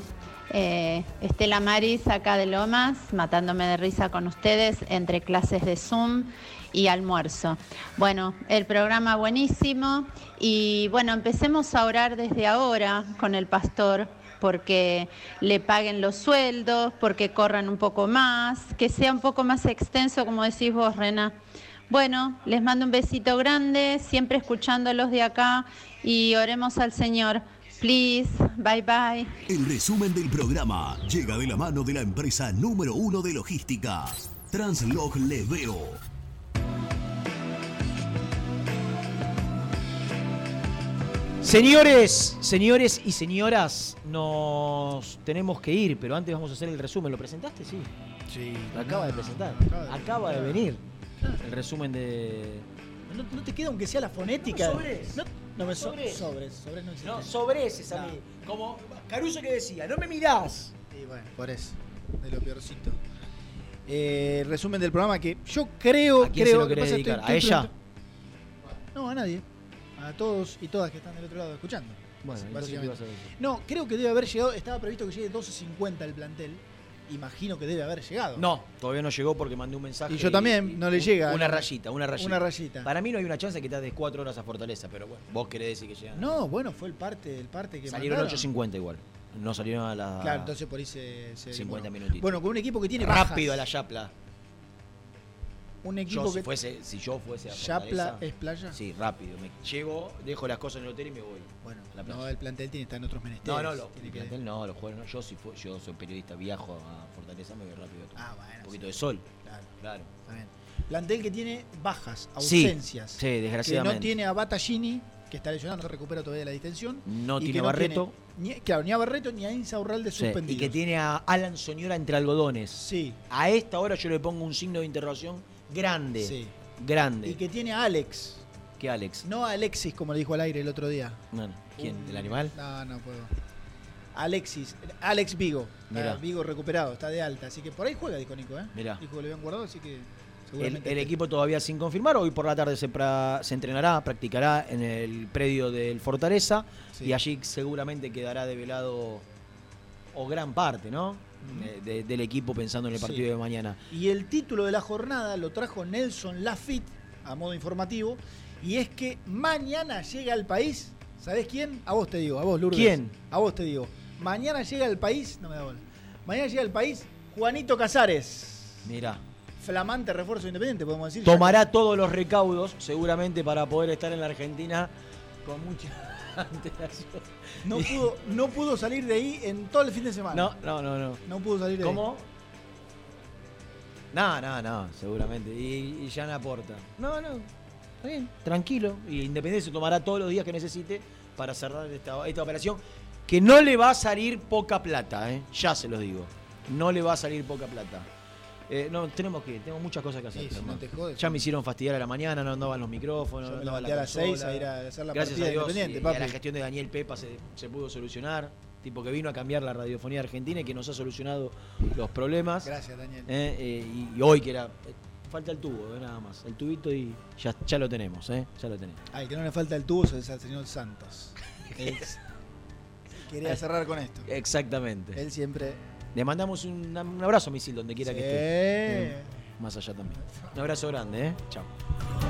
Speaker 25: eh, Estela Maris acá de Lomas, matándome de risa con ustedes entre clases de Zoom y almuerzo. Bueno, el programa buenísimo y bueno, empecemos a orar desde ahora con el pastor porque le paguen los sueldos, porque corran un poco más, que sea un poco más extenso, como decís vos, Rena. Bueno, les mando un besito grande, siempre escuchándolos de acá y oremos al Señor. Please, bye bye.
Speaker 7: El resumen del programa llega de la mano de la empresa número uno de logística, Translog Leveo.
Speaker 4: Señores, señores y señoras, nos tenemos que ir, pero antes vamos a hacer el resumen. ¿Lo presentaste? Sí. Sí. Lo acaba de presentar. Acaba de, venir el resumen de.
Speaker 5: No, no te queda aunque sea la fonética. No, No me so-
Speaker 4: Sobre.
Speaker 5: sobres, sobres no existen.
Speaker 4: No, sobre ese es a mí. Como Caruso que decía, no me mirás.
Speaker 5: Y bueno, por eso. De lo peorcito. Eh, resumen del programa que yo creo,
Speaker 4: ¿A quién
Speaker 5: creo
Speaker 4: se lo
Speaker 5: que
Speaker 4: querés
Speaker 5: pasa, estoy-
Speaker 4: dedicar? ¿A
Speaker 5: estoy
Speaker 4: ella?
Speaker 5: preguntando- No, a nadie. A todos y todas que están del otro lado escuchando.
Speaker 4: Bueno, entonces, ¿qué
Speaker 5: básicamente.
Speaker 4: vas a decir?
Speaker 5: No, creo que debe haber llegado, estaba previsto que llegue 12.50 el plantel. Imagino que debe haber llegado.
Speaker 4: No, todavía no llegó porque mandé un mensaje.
Speaker 5: Y yo también, no le
Speaker 4: un-
Speaker 5: llega.
Speaker 4: Una rayita, una rayita.
Speaker 5: Una rayita.
Speaker 4: Para mí no hay una chance que te des cuatro horas a Fortaleza, pero bueno, vos querés decir que llegan.
Speaker 5: No, bueno, fue el parte, el parte que
Speaker 4: salieron
Speaker 5: mandaron.
Speaker 4: 8.50 igual. No salieron a las
Speaker 5: Claro, entonces por ahí se, se
Speaker 4: 50
Speaker 5: demoró.
Speaker 4: minutitos.
Speaker 5: Bueno, con un equipo que tiene
Speaker 4: Rápido a
Speaker 5: bajas.
Speaker 4: la Yapla.
Speaker 5: un equipo
Speaker 4: Yo, si,
Speaker 5: que
Speaker 4: fuese, si yo fuese a
Speaker 5: Yapla
Speaker 4: Fortaleza,
Speaker 5: es playa.
Speaker 4: Sí, rápido. Me llego, dejo las cosas en el hotel y me voy.
Speaker 5: Bueno,
Speaker 4: la playa.
Speaker 5: No, el plantel tiene está en otros menesteres.
Speaker 4: No, no, lo,
Speaker 5: Tiene
Speaker 4: el
Speaker 5: que-
Speaker 4: plantel no, los jugadores no. Yo, si fue- yo soy periodista, viajo a Fortaleza, me voy rápido.
Speaker 5: Ah, bueno.
Speaker 4: Un poquito de sol.
Speaker 5: Claro.
Speaker 4: Claro.
Speaker 5: Está bien. Plantel que tiene bajas,
Speaker 4: Sí,
Speaker 5: ausencias.
Speaker 4: sí, desgraciadamente.
Speaker 5: Que no tiene a Battaglini, que está lesionado, no recupera todavía la distensión.
Speaker 4: No
Speaker 5: y
Speaker 4: tiene
Speaker 5: que
Speaker 4: Barreto.
Speaker 5: tiene- ni, claro, ni a Barreto ni a Insa Urralde
Speaker 4: Sí,
Speaker 5: suspendido.
Speaker 4: y que tiene a Alan Soñora entre algodones.
Speaker 5: Sí.
Speaker 4: A esta hora yo le pongo un signo de interrogación grande.
Speaker 5: Sí.
Speaker 4: Grande.
Speaker 5: Y que tiene a Alex.
Speaker 4: ¿Qué Alex?
Speaker 5: No a Alexis, como le dijo al aire el otro día.
Speaker 4: No, no. ¿Quién?
Speaker 5: Un-
Speaker 4: ¿El animal?
Speaker 5: No, no puedo. Alexis, Alex Vigo. Está
Speaker 4: Mirá.
Speaker 5: Vigo recuperado, está de alta. Así que por ahí juega, dijo Nico, ¿eh?
Speaker 4: Mirá.
Speaker 5: Dijo que lo habían guardado, así que
Speaker 4: El,
Speaker 5: seguramente.
Speaker 4: el equipo todavía sin confirmar. Hoy por la tarde se, pra- se entrenará, practicará en el predio del Fortaleza.
Speaker 5: Sí.
Speaker 4: Y allí seguramente quedará develado o gran parte, ¿no? Eh, de- del equipo pensando en el
Speaker 5: Sí.
Speaker 4: partido de mañana.
Speaker 5: Y el título de la jornada lo trajo Nelson Lafitte, a modo informativo. Y es que mañana llega al país. ¿Sabés quién? A vos te digo, a vos, Lourdes.
Speaker 4: ¿Quién?
Speaker 5: A vos te digo. Mañana llega al país. No me da bola. Mañana llega al país Juanito Casares.
Speaker 4: Mirá.
Speaker 5: Flamante refuerzo de independiente, podemos decir. ya
Speaker 4: Tomará todos los recaudos, seguramente, para poder estar en la Argentina con mucha antelación.
Speaker 5: No pudo, no pudo salir de ahí en todo el fin de semana.
Speaker 4: No, no, no, no.
Speaker 5: No pudo salir de
Speaker 4: ¿Cómo? No, no, no, seguramente. Y, y ya no aporta. No, no. Está bien. Tranquilo. Y Independencia tomará todos los días que necesite para cerrar esta, esta operación. Que no le va a salir poca plata, ¿eh? Ya se los digo. No le va a salir poca plata. Eh, no, tenemos que ir. Tenemos muchas cosas que hacer.
Speaker 5: Sí, si
Speaker 4: Germán.
Speaker 5: no te jodes.
Speaker 4: ya me hicieron fastidiar a la mañana, no andaban los micrófonos. no
Speaker 5: Yo me
Speaker 4: andaba la
Speaker 5: levanté a las
Speaker 4: consola.
Speaker 5: seis a ir a hacer la
Speaker 4: Gracias
Speaker 5: partida
Speaker 4: a
Speaker 5: de
Speaker 4: Dios
Speaker 5: Independiente,
Speaker 4: y- y a la
Speaker 5: papi.
Speaker 4: gestión de Daniel Pepa se, se pudo solucionar. Tipo que vino a cambiar la radiofonía argentina y que nos ha solucionado los problemas.
Speaker 5: Gracias, Daniel.
Speaker 4: Eh, eh, y, y hoy que era. eh, Falta el tubo, eh, nada más. El tubito y ya, ya lo tenemos, ¿eh? Ya lo tenemos.
Speaker 5: Al que no le falta el tubo es al señor Santos. Es- Quería cerrar con esto.
Speaker 4: Eh, Exactamente.
Speaker 5: Él siempre.
Speaker 4: Le mandamos un, un abrazo a Misil donde quiera
Speaker 5: Sí.
Speaker 4: que esté. Eh, Más allá también. Un abrazo grande, ¿eh? Chao.